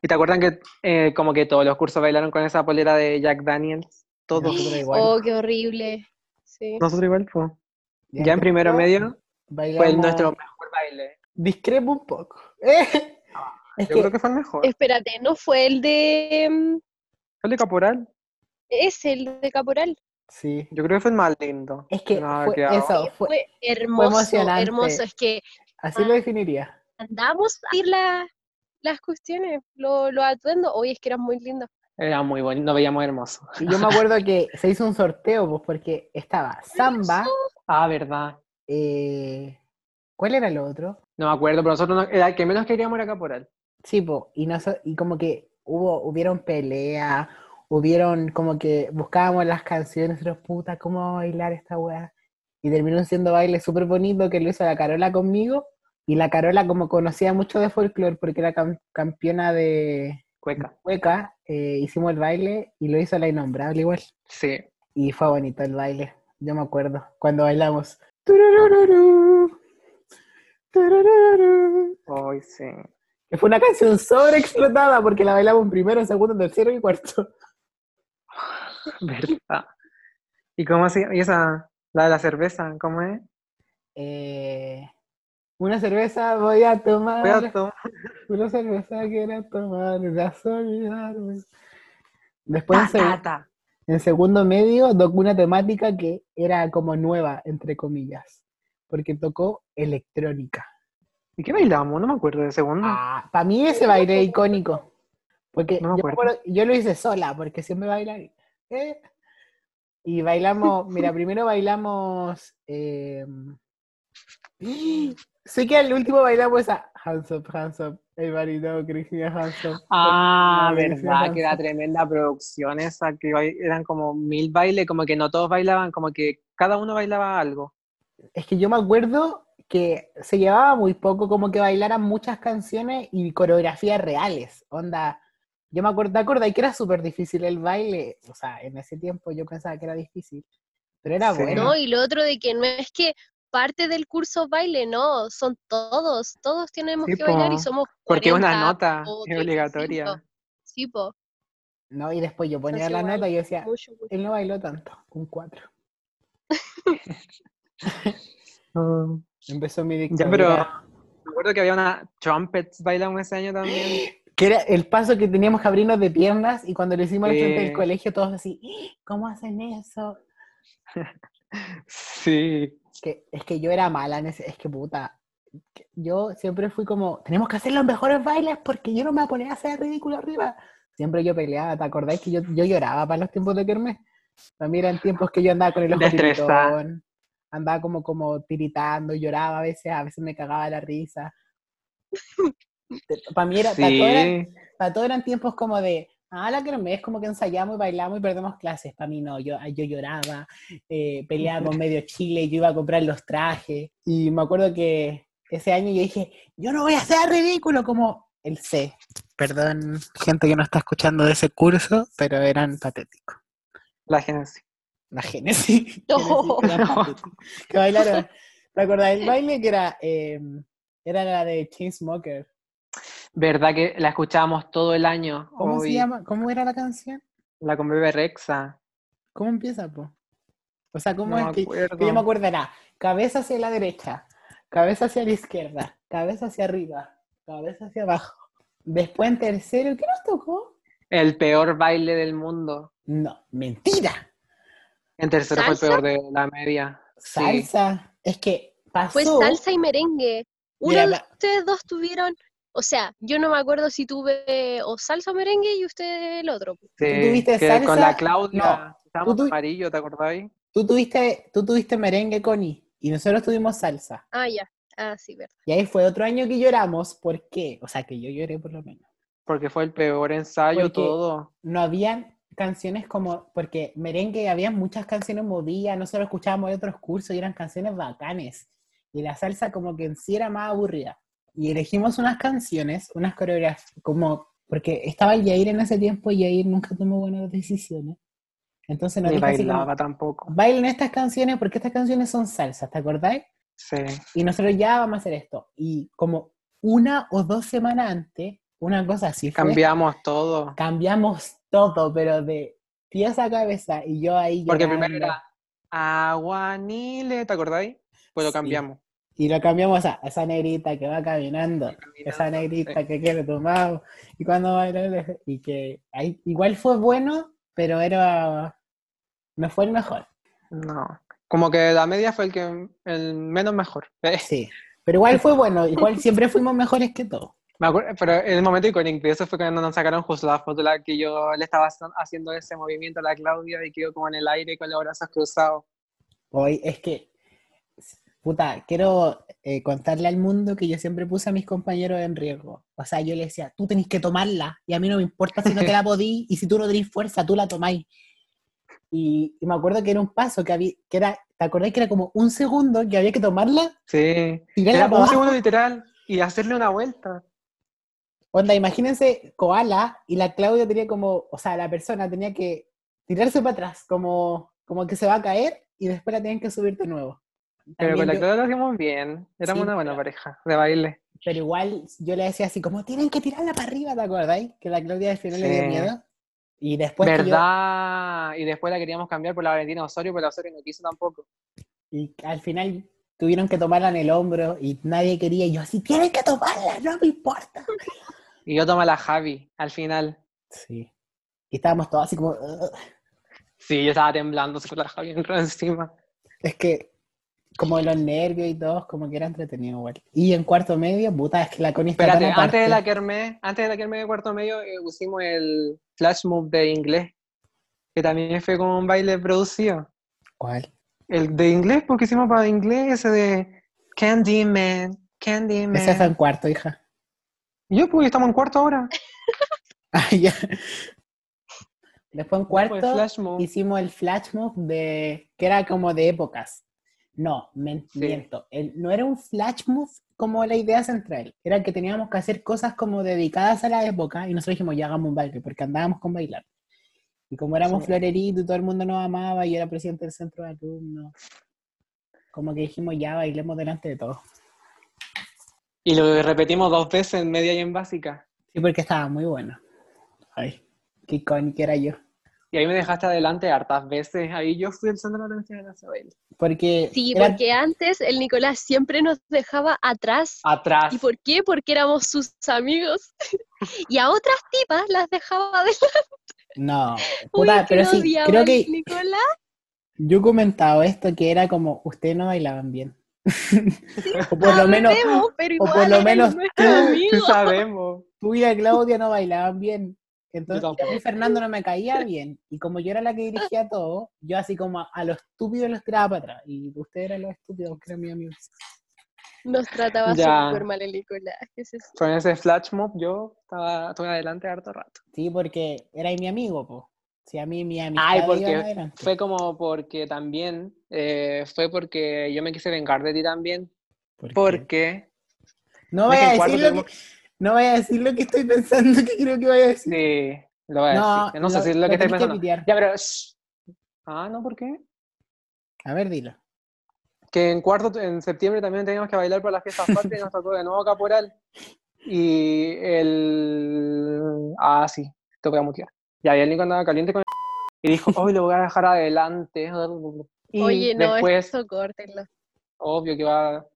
Speaker 1: ¿Y te acuerdan que eh, como que todos los cursos bailaron con esa polera de Jack Daniels?
Speaker 3: Y
Speaker 1: Todos.
Speaker 3: nosotros igual.
Speaker 2: Oh, qué horrible. Sí.
Speaker 1: Nosotros igual, pues.
Speaker 3: Ya
Speaker 1: Ya en primero
Speaker 3: medio
Speaker 1: medio fue
Speaker 3: bailamos,
Speaker 1: el nuestro mejor baile.
Speaker 3: discrepo un poco. Eh,
Speaker 1: Ah, Yo
Speaker 3: Es que,
Speaker 1: creo que fue el mejor.
Speaker 2: Espérate, ¿no fue el de... mm,
Speaker 1: Fue el de Caporal.
Speaker 2: Es el de Caporal.
Speaker 3: sí,
Speaker 1: Yo creo que fue el más lindo.
Speaker 3: es que
Speaker 1: No,
Speaker 3: fue
Speaker 1: qué
Speaker 3: eso, fue,
Speaker 2: Fue hermoso,
Speaker 3: emocionante.
Speaker 2: hermoso. Es que
Speaker 3: así lo definiría.
Speaker 2: andamos a ir la- las cuestiones, lo, lo atuendo. Oye, es que eran muy lindos.
Speaker 1: Era muy bonito, nos veíamos hermosos.
Speaker 3: Y yo me acuerdo que se hizo un sorteo, pues, porque estaba Samba.
Speaker 1: Ah, verdad.
Speaker 3: eh, ¿Cuál era el otro?
Speaker 1: No me acuerdo, pero nosotros no- era el que menos queríamos era Caporal.
Speaker 3: Sí, po, y, no so- y como que hubo, hubieron pelea, hubieron como que buscábamos las canciones, nosotros, puta, ¿cómo vamos a bailar esta weá? Y terminó siendo baile súper bonito que lo hizo la Carola conmigo. Y la Carola, como conocía mucho de folclore, porque era cam- campeona de
Speaker 1: Cueca.
Speaker 3: cueca, eh, hicimos el baile y lo hizo la Innombrable igual.
Speaker 1: Sí.
Speaker 3: Y fue bonito el baile, yo me acuerdo, cuando bailamos. Tururururú, tururururú.
Speaker 1: Hoy sí.
Speaker 3: Que fue una canción sobreexplotada porque la bailamos en primero, en segundo, en tercero y cuarto.
Speaker 1: Verdad. ¿Y cómo así? ¿Y esa? La de la cerveza, ¿cómo es?
Speaker 3: Eh, una cerveza voy a tomar,
Speaker 1: Voy a tomar-
Speaker 3: una cerveza quiero tomar, ya olvidarme. Después en, seg-
Speaker 1: Patata.
Speaker 3: en segundo medio tocó una temática que era como nueva, entre comillas, porque tocó electrónica.
Speaker 1: ¿Y qué bailamos? No me acuerdo de segundo.
Speaker 3: para mí ese baile es icónico. Porque
Speaker 1: Ah. No me
Speaker 3: yo, me
Speaker 1: acuerdo.
Speaker 3: acuerdo- yo lo hice sola, porque siempre bailar. Eh, Y bailamos, mira, primero bailamos. eh, sé que al último bailamos esa. Hands up, hands up. Everybody know, Cristina hands up.
Speaker 1: Ah,
Speaker 3: Ah,
Speaker 1: verdad,
Speaker 3: verdad.
Speaker 1: que era tremenda producción esa, que bai- eran como mil bailes, como que no todos bailaban, como que cada uno bailaba algo.
Speaker 3: Es que yo me acuerdo que se llevaba muy poco, como que bailaran muchas canciones y coreografías reales. Onda, yo me acuerdo, ¿te acordáis que era súper difícil el baile? O sea, en ese tiempo yo pensaba que era difícil, pero era
Speaker 4: Sí.
Speaker 3: bueno.
Speaker 2: No, y lo otro de que no es que parte del curso baile, no, son todos, todos tenemos
Speaker 4: Sí,
Speaker 2: que bailar y
Speaker 4: po,
Speaker 2: somos
Speaker 1: Porque es una
Speaker 2: 40
Speaker 1: nota,
Speaker 2: o
Speaker 1: es obligatoria.
Speaker 2: 35. Sí, po,
Speaker 3: No, y después yo ponía
Speaker 2: Entonces
Speaker 3: la
Speaker 2: igual,
Speaker 3: nota y yo decía,
Speaker 2: mucho, mucho.
Speaker 3: él no bailó tanto, un 4. Ah,
Speaker 1: Mm.
Speaker 3: Empezó mi
Speaker 1: Ya,
Speaker 3: dictadura.
Speaker 1: pero me acuerdo que había una Trumpets bailamos ese año también.
Speaker 3: Que era el paso que teníamos que abrirnos de piernas y cuando lo hicimos al frente del
Speaker 1: Sí.
Speaker 3: colegio todos así, "¡Ah! ¿cómo hacen eso?
Speaker 1: Sí.
Speaker 3: Que, es que yo era mala en ese, es que puta. que Yo siempre fui como, tenemos que hacer los mejores bailes porque yo no me voy a poner a hacer ridículo arriba. Siempre yo peleaba, ¿te acordáis que yo, yo lloraba para los tiempos de Kermés? También eran tiempos que yo andaba con el ojo
Speaker 1: Destreza.
Speaker 3: tiritón, andaba como, como tiritando, lloraba a veces, a veces me cagaba la risa. Para mí era, para todo era-
Speaker 1: Sí.
Speaker 3: para todo eran tiempos como de, ah, la Kermés, como que ensayamos y bailamos y perdemos clases. Para mí no, yo, ah, yo lloraba, eh, peleaba con medio Chile, yo iba a comprar los trajes. Y me acuerdo que ese año yo dije, yo no voy a ser ridículo como el C. Perdón, gente que no está escuchando de ese curso, pero eran patéticos.
Speaker 1: La Génesis.
Speaker 3: La Génesis.
Speaker 2: No.
Speaker 3: Génesis, que eran patéticos. Que bailaron. ¿Te acordás del baile que era, eh, era la de Chainsmoker?
Speaker 1: Verdad que la escuchábamos todo el año.
Speaker 3: ¿Cómo se
Speaker 1: Hoy,
Speaker 3: llama? ¿Cómo era la canción?
Speaker 1: La con Bebe Rexa.
Speaker 3: ¿Cómo empieza, po? O sea, ¿cómo
Speaker 4: No
Speaker 3: es
Speaker 4: me
Speaker 3: que, que yo
Speaker 4: acuerdo.
Speaker 3: me acordará? Cabeza hacia la derecha, cabeza hacia la izquierda, cabeza hacia arriba, cabeza hacia abajo. Después en tercero, ¿qué nos tocó?
Speaker 1: El peor baile del mundo.
Speaker 3: No, mentira.
Speaker 1: En tercero fue el peor de la media. Sí.
Speaker 3: Salsa. Es que pasó.
Speaker 2: Fue salsa y merengue. Uno
Speaker 3: Mira,
Speaker 2: de
Speaker 3: la-
Speaker 2: ustedes dos tuvieron, o sea, yo no me acuerdo si tuve o salsa o merengue y usted el otro.
Speaker 1: Sí,
Speaker 3: ¿Tú tuviste
Speaker 1: que
Speaker 3: salsa?
Speaker 1: Con la Claudia. Estábamos
Speaker 3: tuvi-
Speaker 1: amarillo, ¿te acordáis?
Speaker 3: Tú tuviste, tú tuviste merengue, Connie, y nosotros tuvimos salsa.
Speaker 2: Ah, ya. Ah, sí, verdad.
Speaker 3: Y ahí fue otro año que lloramos, ¿por qué? O sea, que yo lloré por lo menos.
Speaker 1: Porque fue el peor ensayo,
Speaker 3: Porque-
Speaker 1: todo.
Speaker 3: no habían canciones como, porque merengue había muchas canciones movidas, nosotros escuchábamos de otros cursos y eran canciones bacanes. Y la salsa como que en sí era más aburrida. Y elegimos unas canciones, unas coreografías, como, porque estaba el Yair en ese tiempo y Yair nunca tomó buenas decisiones. Entonces nos
Speaker 1: Ni
Speaker 3: dijo así como,
Speaker 1: bailaba tampoco.
Speaker 3: bailen estas canciones porque estas canciones son salsas, ¿te acordáis?
Speaker 1: Sí.
Speaker 3: y nosotros ya vamos a hacer esto. Y como una o dos semanas antes, una cosa así fue,
Speaker 1: Cambiamos todo.
Speaker 3: cambiamos todo, pero de pies a cabeza, y yo ahí
Speaker 1: Porque
Speaker 3: llorando.
Speaker 1: primero era Aguanile, ¿te acordáis? Pues lo
Speaker 3: Sí.
Speaker 1: cambiamos.
Speaker 3: Y lo cambiamos a esa negrita que va caminando, esa
Speaker 1: Caminando,
Speaker 3: negrita
Speaker 1: sí.
Speaker 3: que quiere tomar, y cuando va a ir- y que ahí, igual fue bueno, pero era, no fue el mejor,
Speaker 1: No. Como que la media fue el que el menos mejor.
Speaker 3: sí. Pero igual fue bueno, igual siempre fuimos mejores que todos.
Speaker 1: Me acuerdo, pero en el momento icónico de eso fue cuando nos sacaron justo la foto en la que yo le estaba haci- haciendo ese movimiento a la Claudia y quedó como en el aire con los brazos cruzados.
Speaker 3: Hoy es que, puta, quiero eh, contarle al mundo que yo siempre puse a mis compañeros en riesgo. O sea, yo les decía, tú tenés que tomarla y a mí no me importa si no te la podí y si tú no tenés fuerza, tú la tomáis. Y, y me acuerdo que era un paso que había, que era, ¿te acordás que era como un segundo que había que tomarla?
Speaker 1: Sí.
Speaker 3: Tirarla
Speaker 1: Era
Speaker 3: para
Speaker 1: como un
Speaker 3: abajo.
Speaker 1: segundo literal y hacerle una vuelta.
Speaker 3: Onda, imagínense Koala y la Claudia tenía como, o sea, la persona tenía que tirarse para atrás, como, como que se va a caer y después la tenían que subir de nuevo.
Speaker 1: Pero con
Speaker 3: También
Speaker 1: la
Speaker 3: yo-
Speaker 1: Claudia lo hacíamos bien. Éramos
Speaker 3: Sí,
Speaker 1: una buena
Speaker 3: pero-
Speaker 1: pareja de baile.
Speaker 3: Pero igual yo le decía así como, tienen que tirarla para arriba, ¿te acordáis? Que la Claudia al final le dio
Speaker 1: Sí.
Speaker 3: miedo. Y después Pues que yo-
Speaker 1: ¿Verdad? Y después la queríamos cambiar por la Valentina Osorio, pero la Osorio no quiso tampoco.
Speaker 3: y al final tuvieron que tomarla en el hombro y nadie quería. Y yo así, tienen que tomarla, no me importa.
Speaker 1: Y yo tomé a la Javi al final.
Speaker 3: Sí. Y estábamos todos así como, "Ugh".
Speaker 1: Sí, yo estaba temblando con la Javi entró encima.
Speaker 3: es que como los nervios y todos, como que era entretenido igual. Y en cuarto medio, puta, es que la Connie está tan
Speaker 1: Espérate, antes de la
Speaker 3: aparte.
Speaker 1: Kermés, antes de la Kermés de cuarto medio, eh, pusimos el flash move de inglés.
Speaker 4: que también fue como un baile producido.
Speaker 3: ¿Cuál?
Speaker 4: El de inglés, porque hicimos para inglés ese de Candyman, Candyman.
Speaker 3: Esa fue en cuarto, hija.
Speaker 4: Yo, pues, estamos en cuarto ahora.
Speaker 3: Ah, ya. Después en cuarto
Speaker 4: Pues, flash mob.
Speaker 3: hicimos el flash mob de, que era como de épocas. No, men-
Speaker 1: Sí.
Speaker 3: miento. El- no era un flash move como la idea central. Era que teníamos que hacer cosas como dedicadas a la época y nosotros dijimos, ya hagamos un baile, porque andábamos con bailar. Y como éramos
Speaker 1: Sí.
Speaker 3: floreritos y todo el mundo nos amaba y yo era presidente del centro de alumnos, como que dijimos, ya bailemos delante de todos.
Speaker 1: Y lo repetimos dos veces en media y en básica.
Speaker 3: Sí, porque estaba muy bueno. Ay, qué icónica era yo.
Speaker 1: Y ahí me dejaste adelante hartas veces. Ahí yo fui el centro de atención en ese baile.
Speaker 3: Porque
Speaker 2: Sí,
Speaker 3: era-
Speaker 2: porque antes el Nicolás siempre nos dejaba atrás.
Speaker 1: Atrás.
Speaker 2: ¿Y por qué? Porque éramos sus amigos. y a otras tipas las dejaba de
Speaker 3: No,
Speaker 2: Uy,
Speaker 3: puta,
Speaker 2: que
Speaker 3: pero
Speaker 2: lo
Speaker 3: sí,
Speaker 2: odiaba
Speaker 3: creo
Speaker 2: el
Speaker 3: que
Speaker 2: Nicolás.
Speaker 3: yo he comentado esto que era como ustedes no bailaban bien. o por lo
Speaker 2: Ahora
Speaker 3: menos
Speaker 2: vemos, pero
Speaker 3: por
Speaker 2: igual
Speaker 3: lo
Speaker 2: era
Speaker 3: menos
Speaker 2: nuestro
Speaker 4: Sí
Speaker 2: amigo.
Speaker 4: sabemos.
Speaker 3: tú y la Claudia no bailaban bien. Entonces,
Speaker 1: Yo
Speaker 3: a mí Fernando no me caía bien. Y como yo era la que dirigía todo, yo así como a, a los estúpidos los tiraba para atrás. Y ustedes eran los estúpidos, que eran mis amigos.
Speaker 2: Nos trataba
Speaker 1: Ya.
Speaker 2: súper mal el Nicolás. ¿qué es eso?
Speaker 4: Con ese flash mob yo estaba, estuve adelante harto rato.
Speaker 3: Sí, porque era mi amigo, po. Si a mí mi amistad
Speaker 1: Ay,
Speaker 3: iba
Speaker 1: porque
Speaker 3: adelante.
Speaker 1: fue como porque también, eh, fue porque yo me quise vengar de ti también.
Speaker 3: ¿Por qué?
Speaker 1: Porque,
Speaker 3: No
Speaker 4: Deja
Speaker 3: vaya a
Speaker 4: en cuarto
Speaker 3: decir lo que, no vaya a decir lo que estoy pensando que creo que vaya a decir.
Speaker 1: sí, lo voy a
Speaker 3: No,
Speaker 1: decir. No sé si es lo,
Speaker 3: lo
Speaker 1: que estáis
Speaker 3: tenés que
Speaker 1: pensando.
Speaker 3: pitear.
Speaker 1: ya, pero, shh. Ah, no, ¿por qué?
Speaker 3: A ver, dilo.
Speaker 1: que en cuarto, en septiembre también teníamos que bailar para las fiestas patrias y nos tocó de nuevo Caporal. Y el... Ah, sí, te voy a mutear. Ya, y el Nico andaba caliente con el... Y dijo, hoy lo voy a dejar adelante. Y
Speaker 2: Oye, no,
Speaker 1: después,
Speaker 2: eso córtenlo.
Speaker 1: obvio que va a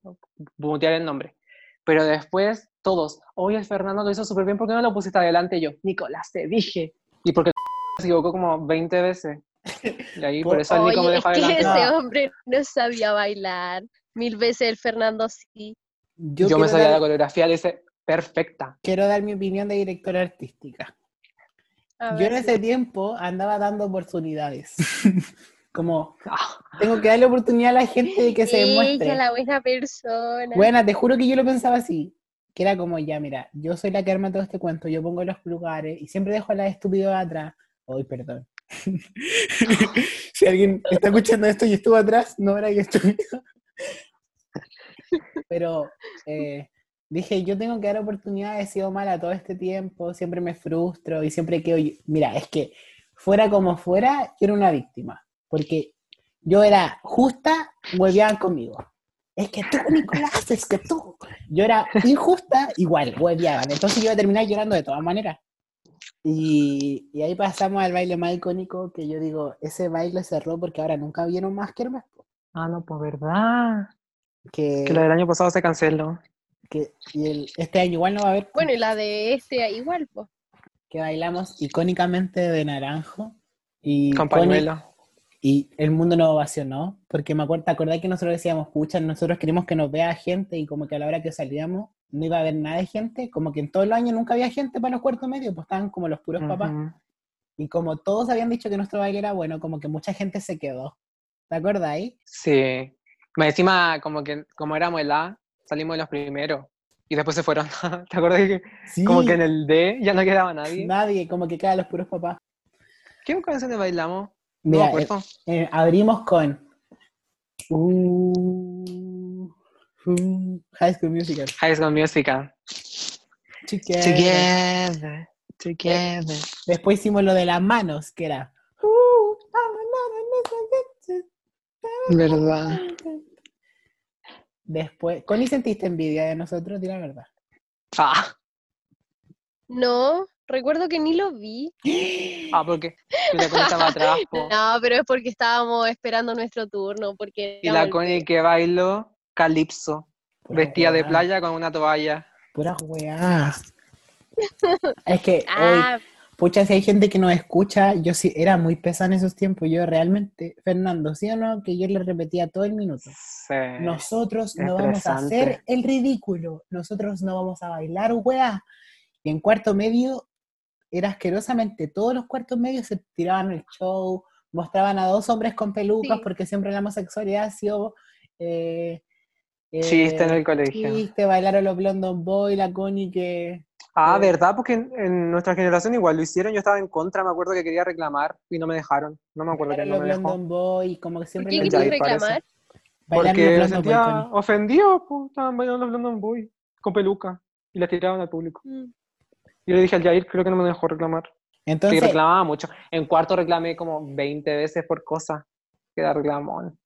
Speaker 1: mutear el nombre. Pero después, todos, oye, el Fernando lo hizo súper bien, ¿por qué no lo pusiste adelante Y yo? Nicolás, te dije. Y porque se equivocó como 20 veces. Y ahí por,
Speaker 3: Por-
Speaker 1: eso el Nico me
Speaker 2: Oye, es
Speaker 1: dejó
Speaker 2: que
Speaker 1: adelante.
Speaker 2: ese
Speaker 3: Ah.
Speaker 2: hombre no sabía bailar. Mil veces el Fernando sí.
Speaker 1: Yo,
Speaker 3: quiero
Speaker 1: me sabía
Speaker 3: dar-
Speaker 1: la coreografía, le hice perfecta.
Speaker 3: quiero dar mi opinión de directora artística.
Speaker 2: A
Speaker 3: Yo
Speaker 2: ver,
Speaker 3: en ese tiempo andaba dando oportunidades. Como, tengo que darle oportunidad a la gente de que se demuestre.
Speaker 2: Ella, Ah. la buena persona.
Speaker 3: Buena, te juro que yo lo pensaba así. Que era como, ya, mira, yo soy la que arma todo este cuento, yo pongo los lugares y siempre dejo a las estúpidas atrás. Hoy, perdón. si alguien está escuchando esto y estuvo atrás, no era que estuviera. Pero eh, dije, yo tengo que dar oportunidades, he sido mala todo este tiempo, siempre me frustro y siempre quedo. yo- Mira, es que fuera como fuera, yo era una víctima. Porque yo era justa, hueveaban conmigo. Es que tú, Nicolás, es que tú. Yo era injusta, igual, hueveaban. Entonces yo iba a terminar llorando de todas maneras. Y, y ahí pasamos al baile más icónico que yo digo, ese baile cerró porque ahora nunca vieron más que Hermes. po.
Speaker 4: Ah, no, pues verdad.
Speaker 3: Que,
Speaker 4: Que la del año pasado se canceló.
Speaker 3: que- y el- este año igual no va a haber
Speaker 2: Bueno, y la de este igual, pues.
Speaker 3: que bailamos icónicamente de naranjo. Y
Speaker 4: Con
Speaker 3: Connie-
Speaker 4: pañuelo.
Speaker 3: Y el mundo nos ovacionó, porque me acuerdo, ¿te acordás que nosotros decíamos, pucha, nosotros queremos que nos vea gente y como que a la hora que salíamos no iba a haber nada de gente, como que en todos los años nunca había gente para los cuartos medios, pues estaban como los puros papás.
Speaker 4: Ujú.
Speaker 3: Y como todos habían dicho que nuestro baile era bueno, como que mucha gente se quedó. ¿Te acordáis?
Speaker 1: Sí. Más encima, como que como éramos el A, salimos de los primeros. Y después se fueron. ¿Te acuerdas que
Speaker 3: Sí.
Speaker 1: como que en el D ya no quedaba nadie?
Speaker 3: Nadie, como que quedan los puros papás.
Speaker 1: ¿Qué canciones bailamos? No me
Speaker 3: Mira,
Speaker 1: acuerdo.
Speaker 3: eh, eh, abrimos con... Uh, uh, High School Musical.
Speaker 1: High School Musical.
Speaker 3: Chiquera.
Speaker 4: Together, together.
Speaker 3: Después hicimos lo de las manos, que era. "Uh, ah, "Ooh, I'm a man and it's
Speaker 1: Eh.
Speaker 4: ¿Verdad?
Speaker 3: a good time". Después, Connie, ¿sentiste envidia de nosotros? Di la verdad.
Speaker 1: Ah,
Speaker 2: No, recuerdo que ni lo vi.
Speaker 1: ah porque yo la Connie estaba atrás. po.
Speaker 2: No, pero es porque estábamos esperando nuestro turno, porque
Speaker 1: Y la
Speaker 2: éramos el
Speaker 1: Connie que bailó calipso,
Speaker 3: Pura
Speaker 1: vestida de
Speaker 3: weá,
Speaker 1: playa con una toalla.
Speaker 3: Pura weá. Es que,
Speaker 2: peor. Ah,
Speaker 3: hoy, pucha, si hay gente que nos escucha, yo sí, era muy pesada en esos tiempos. Yo realmente, Fernando, ¿sí o no? Que yo le repetía todo el minuto.
Speaker 1: Sí.
Speaker 3: Nosotros no vamos a hacer
Speaker 4: estresante.
Speaker 3: el ridículo. Nosotros no vamos a bailar, weá. Y en cuarto medio, era asquerosamente, todos los cuartos medios se tiraban el show, mostraban a dos hombres con pelucas
Speaker 2: Sí.
Speaker 3: porque siempre la homosexualidad ha sido... Eh, eh,
Speaker 4: Chiste en el colegio.
Speaker 3: chiste, bailaron los Blondon Boy, la Connie que...
Speaker 4: Ah,
Speaker 3: Eh,
Speaker 4: ¿verdad? Porque en, en nuestra generación igual lo hicieron, yo estaba en contra, me acuerdo que quería reclamar y no me dejaron. No me acuerdo que
Speaker 3: bailaron
Speaker 4: no
Speaker 3: los
Speaker 4: me dejó.
Speaker 3: Blondon Boy, y como que
Speaker 2: ¿Por
Speaker 3: siempre...
Speaker 2: qué
Speaker 4: me
Speaker 3: los-
Speaker 2: querías
Speaker 4: engañé, parece.
Speaker 2: reclamar?
Speaker 3: bailaron
Speaker 4: Porque me
Speaker 3: los Blondon Boy,
Speaker 4: sentía
Speaker 3: Connie.
Speaker 4: ofendido, pues, estaban bailando los Blondon Boy con peluca y la tiraban al público.
Speaker 2: Mm.
Speaker 4: Yo le dije al Jair, creo que no me dejó reclamar.
Speaker 1: Sí,
Speaker 3: Entonces,
Speaker 1: reclamaba mucho. En cuarto reclamé como 20 veces por cosas. que era reclamón.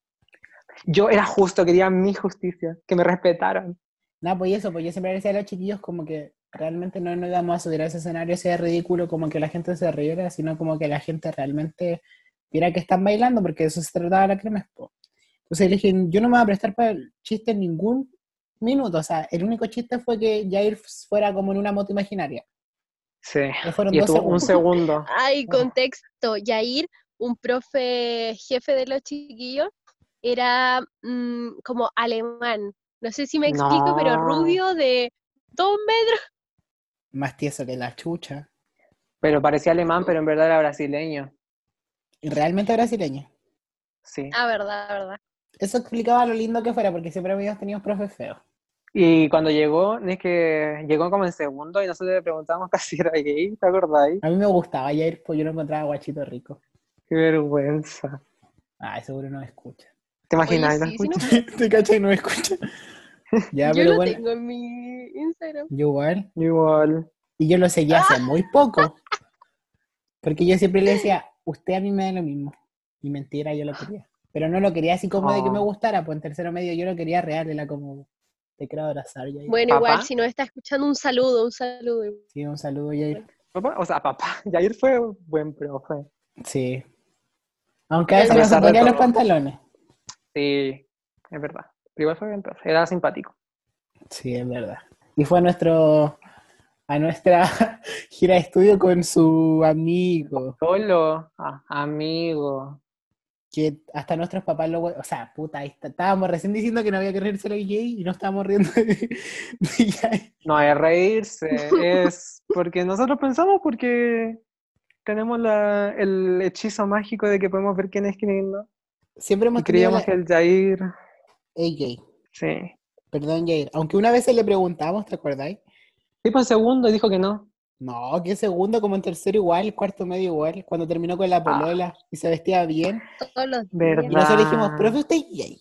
Speaker 4: Yo era justo, quería mi justicia, que me respetaran.
Speaker 3: nada, pues eso, pues yo siempre le decía a los chiquillos como que realmente no nos íbamos a subir a ese escenario, sea ridículo, como que la gente se riera, sino como que la gente realmente viera que están bailando, porque de eso se trataba la crema expo. Entonces le dije, yo no me voy a prestar para el chiste en ningún minuto, o sea, el único chiste fue que Jair fuera como en una moto imaginaria.
Speaker 4: Sí.
Speaker 3: Ya fueron
Speaker 4: Y
Speaker 3: dos
Speaker 4: estuvo un
Speaker 3: segundos.
Speaker 4: segundo.
Speaker 2: Ay,
Speaker 3: Ah.
Speaker 2: contexto. Yair, un profe jefe de los chiquillos, era mm, como alemán. No sé si me explico, pero
Speaker 4: No.
Speaker 2: rubio de dos metros.
Speaker 3: Más tieso que la chucha.
Speaker 1: Pero parecía alemán, pero en verdad era brasileño.
Speaker 3: Y realmente brasileño.
Speaker 1: Sí.
Speaker 2: Ah, verdad, verdad.
Speaker 3: Eso explicaba lo lindo que fuera, porque siempre habíamos tenido profes feos.
Speaker 1: Y cuando llegó, es que llegó como en segundo y nosotros le preguntamos casi era gay, ¿te acordáis?
Speaker 3: A mí me gustaba Jair, pues yo lo encontraba guachito rico.
Speaker 1: Qué vergüenza.
Speaker 3: Ay, seguro no me escucha.
Speaker 4: ¿Te imaginas?
Speaker 2: Oye,
Speaker 4: ¿La
Speaker 2: sí, sí,
Speaker 4: escuchas?
Speaker 2: no-
Speaker 3: Te cacha y no me escucha. Ya,
Speaker 2: yo
Speaker 3: pero
Speaker 2: lo
Speaker 3: bueno,
Speaker 2: tengo en mi Instagram.
Speaker 3: yo igual.
Speaker 4: Igual.
Speaker 3: Y yo lo seguía
Speaker 2: Ah.
Speaker 3: hace muy poco. Porque yo siempre le decía, usted a mí me da lo mismo. Y mentira, yo lo quería. Pero no lo quería así como de que me
Speaker 4: Oh.
Speaker 3: gustara, pues en tercero medio yo lo quería real, era como, te quiero abrazar, Jair.
Speaker 2: Bueno, igual,
Speaker 4: Papá.
Speaker 2: si no está escuchando, un saludo, un saludo.
Speaker 3: Sí, un saludo, Jair.
Speaker 4: Papá, o sea, papá. Jair fue buen profe.
Speaker 3: Sí. Aunque a veces
Speaker 2: A
Speaker 3: no se
Speaker 1: pesar de
Speaker 3: ponía los
Speaker 1: todo.
Speaker 3: pantalones.
Speaker 1: Sí, es verdad. Pero igual fue bien, profe. Era simpático.
Speaker 3: Sí, es verdad. Y fue a nuestro a nuestra gira de estudio con su amigo,
Speaker 1: Solo, ah, amigo.
Speaker 3: que hasta nuestros papás lo... O sea, puta, ahí está- estábamos recién diciendo que no había que reírse de la BJ y no estábamos riendo de, de Jai.
Speaker 1: No hay reírse.
Speaker 4: Es porque nosotros pensamos porque tenemos la- el hechizo mágico de que podemos ver quién es quién, ¿no?
Speaker 3: Siempre
Speaker 4: Y
Speaker 3: hemos tenido
Speaker 4: creíamos
Speaker 3: la...
Speaker 4: que el Jair...
Speaker 3: Ey, Jay,
Speaker 4: Sí.
Speaker 3: perdón, Jair. Aunque una vez se le preguntamos, ¿te acordáis?
Speaker 1: Tipo en segundo y dijo que no.
Speaker 3: No, que segundo, como en tercero igual, cuarto medio igual, cuando terminó con
Speaker 4: Ah.
Speaker 3: la polola y se vestía bien.
Speaker 2: Todos los
Speaker 3: Y
Speaker 4: Verdad.
Speaker 2: días.
Speaker 3: nosotros dijimos,
Speaker 4: Ah.
Speaker 3: profe, usted es gay.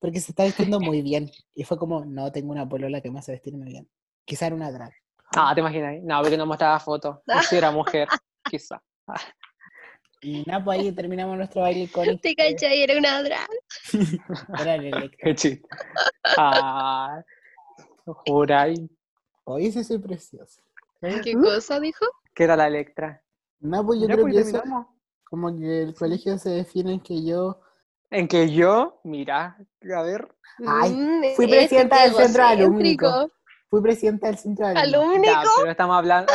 Speaker 3: Porque se está vistiendo muy bien. Y fue como, no, tengo una polola que me hace vestirme bien. Quizá era una drag.
Speaker 1: Ah, te imaginas. No, porque no mostraba fotos. Y Si era mujer, quizá.
Speaker 3: Y nada, pues ahí terminamos nuestro baile icónico.
Speaker 2: Te cachai, era una drag.
Speaker 3: Era el electro.
Speaker 1: Qué chiste. Ah, juráis
Speaker 3: Oye, sí, soy precioso. ¿Eh?
Speaker 2: ¿Qué
Speaker 3: ¿Mm?
Speaker 2: cosa dijo?
Speaker 1: que era la Electra.
Speaker 3: No, pues yo
Speaker 4: Ya,
Speaker 3: creo
Speaker 4: pues,
Speaker 3: que eso,
Speaker 4: terminamos.
Speaker 3: como que el colegio se define en que yo...
Speaker 1: En que yo, mira, a ver,
Speaker 3: Ay,
Speaker 2: Mm,
Speaker 3: fui
Speaker 2: este
Speaker 3: presidenta del centro de
Speaker 2: egocéntrico.
Speaker 3: alumnos. Fui presidenta del centro de alumnos.
Speaker 2: Alumni-
Speaker 1: ya, pero estamos hablando.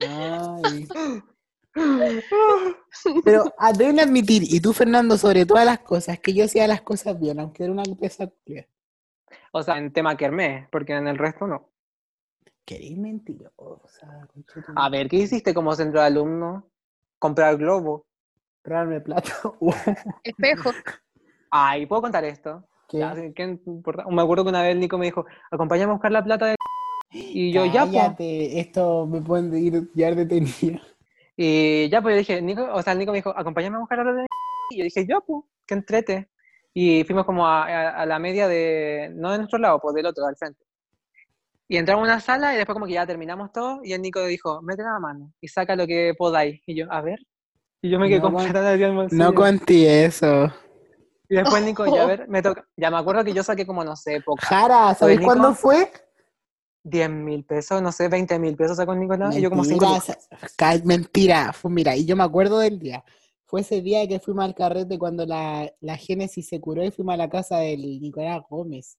Speaker 3: Ay. Pero ah, deben admitir, y tú, Fernando, sobre todas las cosas, que yo hacía las cosas bien, aunque era una pieza culia.
Speaker 1: O sea, en tema Kermés, porque en el resto no.
Speaker 3: Queréis mentirosa. concha tu
Speaker 1: A ver, ¿qué hiciste como centro de alumnos? Comprar globo.
Speaker 3: comprarme plato. Uy,
Speaker 2: Espejo.
Speaker 1: Ay, ¿puedo contar esto?
Speaker 3: qué-
Speaker 1: Ya, ¿qué importa? Me acuerdo que una vez Nico me dijo, acompáñame a buscar la plata de... Y yo, ya, pues.
Speaker 3: Cállate, esto me pueden ir ya detenido.
Speaker 1: Y ya, pues yo dije, Nico, o sea, el Nico me dijo, acompáñame a buscar la plata de... Y yo dije, ya, pues, que entrete. Y fuimos como a, a- a la media de, no de nuestro lado, pues del otro, al frente. Y entramos a una sala y después como que ya terminamos todo y el Nico dijo, mete la mano y saca lo que podáis. Y yo, a ver. Y yo me quedé
Speaker 3: No,
Speaker 1: completamente al bolsillo.
Speaker 3: No conté eso.
Speaker 1: Y después Nico, ya a ver, me toca. Ya me acuerdo que yo saqué como, no sé, poca.
Speaker 3: Jara, ¿sabes
Speaker 1: Nico?
Speaker 3: cuándo fue?
Speaker 1: 10 mil pesos, no sé, 20 mil pesos sacó Nicolás. Y yo como 5
Speaker 3: Mentira, sa- ca- mentira, fue, mira, y yo me acuerdo del día. Fue ese día que fuimos al carrete cuando la, la Génesis se curó y fuimos a la casa del Nicolás Gómez.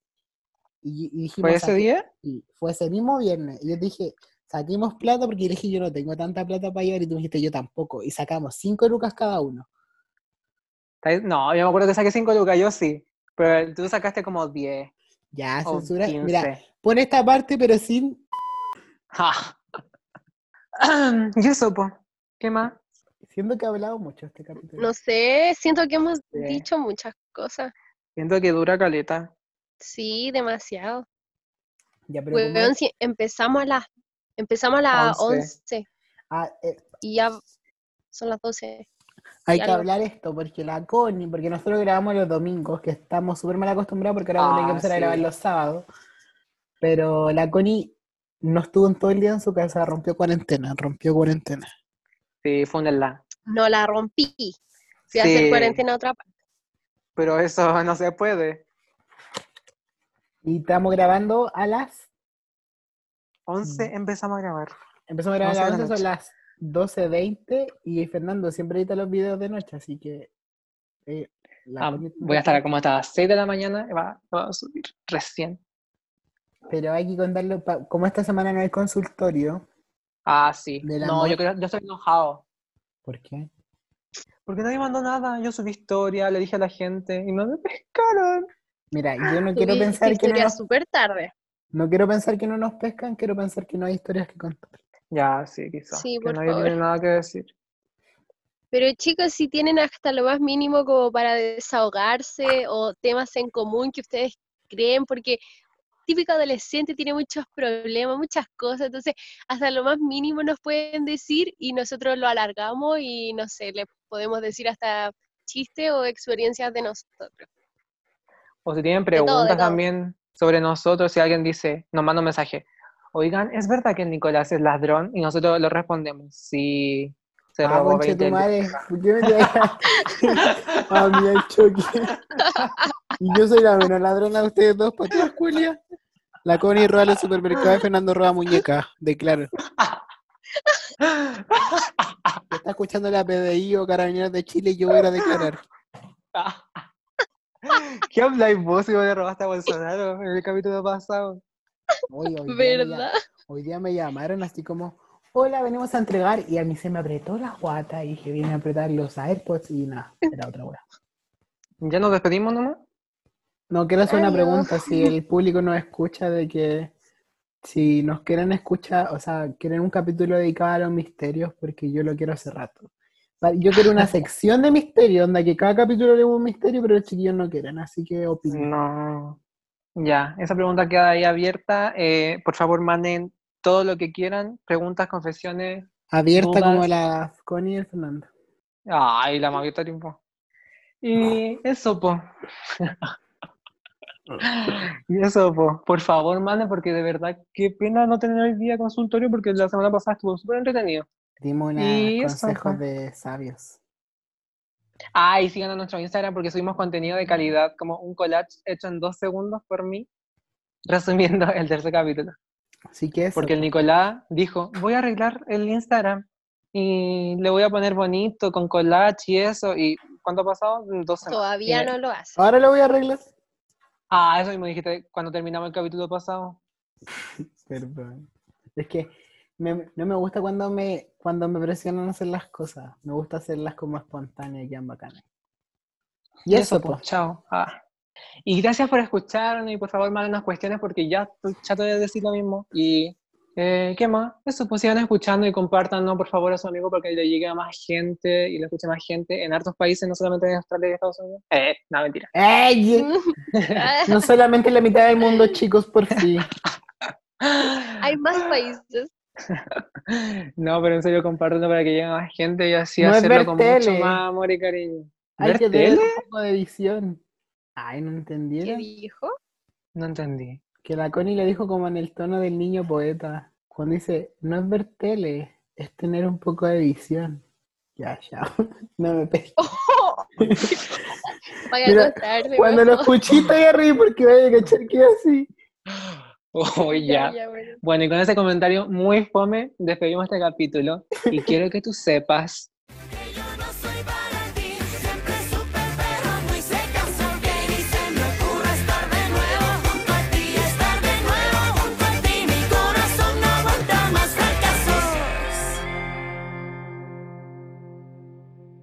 Speaker 3: Y, y dijimos,
Speaker 1: ¿Fue ese
Speaker 3: "Saque-
Speaker 1: día?
Speaker 3: sí, fue ese mismo viernes. Y yo dije, saquemos plata porque yo le dije, yo no tengo tanta plata para llevar y tú dijiste, yo tampoco. Y sacamos cinco lucas cada uno.
Speaker 1: ¿Estáis- No, yo me acuerdo que saqué 5 lucas, yo sí. Pero tú sacaste como 10
Speaker 3: Ya,
Speaker 1: o
Speaker 3: censura.
Speaker 1: 15.
Speaker 3: Mira, Pon esta parte, pero sin.
Speaker 5: Ja.
Speaker 1: y eso, po. ¿Qué más?
Speaker 3: Siendo que he hablado mucho este capítulo.
Speaker 2: No sé, siento que hemos
Speaker 1: Sí.
Speaker 2: dicho muchas cosas.
Speaker 1: Siento que dura caleta.
Speaker 2: Sí, demasiado.
Speaker 3: Ya, pero como-
Speaker 2: Weón, si empezamos a las empezamos a las
Speaker 1: Once.
Speaker 2: 11
Speaker 3: Ah, eh,
Speaker 2: y ya son las 12.
Speaker 3: hay
Speaker 2: Ya
Speaker 3: que
Speaker 2: lo-
Speaker 3: hablar esto, porque la Connie, porque nosotros grabamos los domingos, que estamos súper mal acostumbrados porque ahora vamos a tener que
Speaker 1: Ah,
Speaker 3: empezar a
Speaker 1: sí.
Speaker 3: grabar los sábados. Pero la Connie no estuvo en todo el día en su casa, rompió cuarentena, rompió cuarentena.
Speaker 1: Sí, fúndenla.
Speaker 2: No la rompí. Fui a
Speaker 1: Sí.
Speaker 2: hacer cuarentena a otra parte.
Speaker 1: Pero eso no se puede.
Speaker 3: Y estamos grabando a las
Speaker 2: Mm.
Speaker 1: 11 empezamos a grabar.
Speaker 3: Empezamos a grabar
Speaker 1: Once
Speaker 3: a
Speaker 1: de la
Speaker 3: las 11,
Speaker 1: noche.
Speaker 3: son las 12.20 y Fernando siempre edita los videos de noche, así que... eh, la
Speaker 5: Ah,
Speaker 3: Connie-
Speaker 5: voy a estar como hasta las 6 de la mañana. y Va, va a subir recién.
Speaker 3: Pero hay que contarlo, pa- como esta semana no hay consultorio,
Speaker 5: Ah, sí.
Speaker 3: Del
Speaker 5: No,
Speaker 3: amor.
Speaker 5: yo, creo- yo estoy enojado.
Speaker 3: ¿por qué?
Speaker 1: Porque nadie mandó nada. Yo subí historia, le dije a la gente y no me pescaron.
Speaker 3: Mira, yo no
Speaker 2: Subí
Speaker 3: quiero
Speaker 2: esta
Speaker 3: pensar que no
Speaker 2: historia
Speaker 3: nos,
Speaker 2: súper tarde.
Speaker 3: no quiero pensar que no nos pescan, quiero pensar que no hay historias que contar.
Speaker 1: Ya, sí, quizás.
Speaker 2: Sí,
Speaker 1: que
Speaker 2: por
Speaker 1: nadie
Speaker 2: favor.
Speaker 1: tiene nada que decir.
Speaker 2: Pero chicos, si tienen hasta lo más mínimo como para desahogarse o temas en común que ustedes creen, porque típico adolescente tiene muchos problemas, muchas cosas, entonces hasta lo más mínimo nos pueden decir y nosotros lo alargamos y no sé, le podemos decir hasta chiste o experiencias de nosotros.
Speaker 1: O si tienen
Speaker 2: todo, de
Speaker 1: preguntas
Speaker 2: todo.
Speaker 1: también sobre nosotros, si alguien dice, nos manda un mensaje. Oigan, ¿es verdad que Nicolás es ladrón? Y nosotros lo respondemos. Sí, se
Speaker 3: Ah,
Speaker 1: robó
Speaker 3: conche
Speaker 1: 20
Speaker 3: tu
Speaker 1: lucas".
Speaker 3: madre, ¿por qué me llevas a mí al choque? Y yo soy la menos ladrona de ustedes dos, patas, Julia. La Connie roba los supermercados y Fernando roba muñecas, declaro. Si está escuchando la PDI o Carabineros de Chile, yo voy a ir a declarar.
Speaker 1: ¿Qué habláis vos si vos le robaste a Bolsonaro en el capítulo pasado?
Speaker 3: Oye, hoy día me llam-
Speaker 2: ¿Verdad?
Speaker 3: hoy día me llamaron así como, hola, venimos a entregar. Y a mí se me apretó la guata y dije, vienen a apretar los AirPods y nada, era otra wea.
Speaker 1: ¿Ya nos despedimos nomás?
Speaker 3: No, quiero hacer una
Speaker 2: Adiós.
Speaker 3: pregunta, si el público nos escucha de que si nos quieren escuchar, o sea, quieren un capítulo dedicado a los misterios, porque yo lo quiero hace rato. Pa- Yo quiero una sección de misterio, onda que cada capítulo le un misterio, pero los chiquillos no quieren, así que opinen.
Speaker 1: No. Ya, esa pregunta queda ahí abierta. Eh, por favor, manden todo lo que quieran, preguntas, confesiones.
Speaker 3: Abierta como
Speaker 1: Dudas.
Speaker 3: la Connie y el Fernando.
Speaker 1: Ay, la maguita tiempo. Y eso, po. y eso, po. Por favor, manden, porque de verdad, qué pena no tener hoy día consultorio, porque la semana pasada estuvo súper entretenido.
Speaker 3: Dimos unos
Speaker 1: Y eso,
Speaker 3: consejos
Speaker 1: ajá.
Speaker 3: de sabios.
Speaker 1: Ay, sigan a nuestro Instagram porque subimos contenido de calidad, como un collage hecho en dos segundos por mí, resumiendo el tercer capítulo.
Speaker 3: Así que eso,
Speaker 1: Porque el Nicolás dijo, voy a arreglar el Instagram y le voy a poner bonito con collage y eso. ¿Y cuánto ha pasado? Dos semanas.
Speaker 2: Todavía
Speaker 1: Y-
Speaker 2: no lo hace.
Speaker 3: Ahora lo voy a arreglar.
Speaker 1: Ah, eso mismo dijiste cuando terminamos el capítulo pasado.
Speaker 3: Perdón. Es que me- no me gusta cuando me, cuando me presionan a hacer las cosas. Me gusta hacerlas como espontáneas y quedan bacanas. Y eso,
Speaker 1: pues,
Speaker 3: pues.
Speaker 1: chao. Ah. Y gracias por escucharnos y por favor manden las cuestiones porque ya estoy chato de decir lo mismo. Y eh, qué más, eso pues sigan escuchando y compártanlo por favor a su amigo porque le llegue a más gente y le escuche más gente en hartos países, no solamente en Australia y Estados Unidos. Eh, no, mentira.
Speaker 3: ¡Ey!
Speaker 2: Ah,
Speaker 3: No solamente la mitad del mundo, chicos, por fin.
Speaker 2: Hay más países.
Speaker 1: No, pero en serio, compártanlo para que llegue a más gente y así
Speaker 3: No es
Speaker 1: hacerlo
Speaker 3: ver
Speaker 1: con
Speaker 3: tele.
Speaker 1: mucho más amor y cariño.
Speaker 3: Hay
Speaker 1: ¿Ver
Speaker 3: que
Speaker 1: tele?
Speaker 3: tener un poco de visión. Ay, no
Speaker 2: ¿Qué
Speaker 3: entendieron.
Speaker 2: dijo?
Speaker 1: No entendí.
Speaker 3: Que la Connie le dijo como en el tono del niño poeta. Cuando dice, no es ver tele, es tener un poco de visión. Ya, ya. No me pesques.
Speaker 2: Vaya
Speaker 3: Mira,
Speaker 2: a acostarse,
Speaker 3: Cuando lo
Speaker 2: weón.
Speaker 3: escuché te agarré porque vaya a cachar que es así.
Speaker 1: Oh, ya.
Speaker 2: Ya, bueno.
Speaker 1: Bueno, este y con ese comentario muy fome, despedimos este capítulo. Y quiero que tú sepas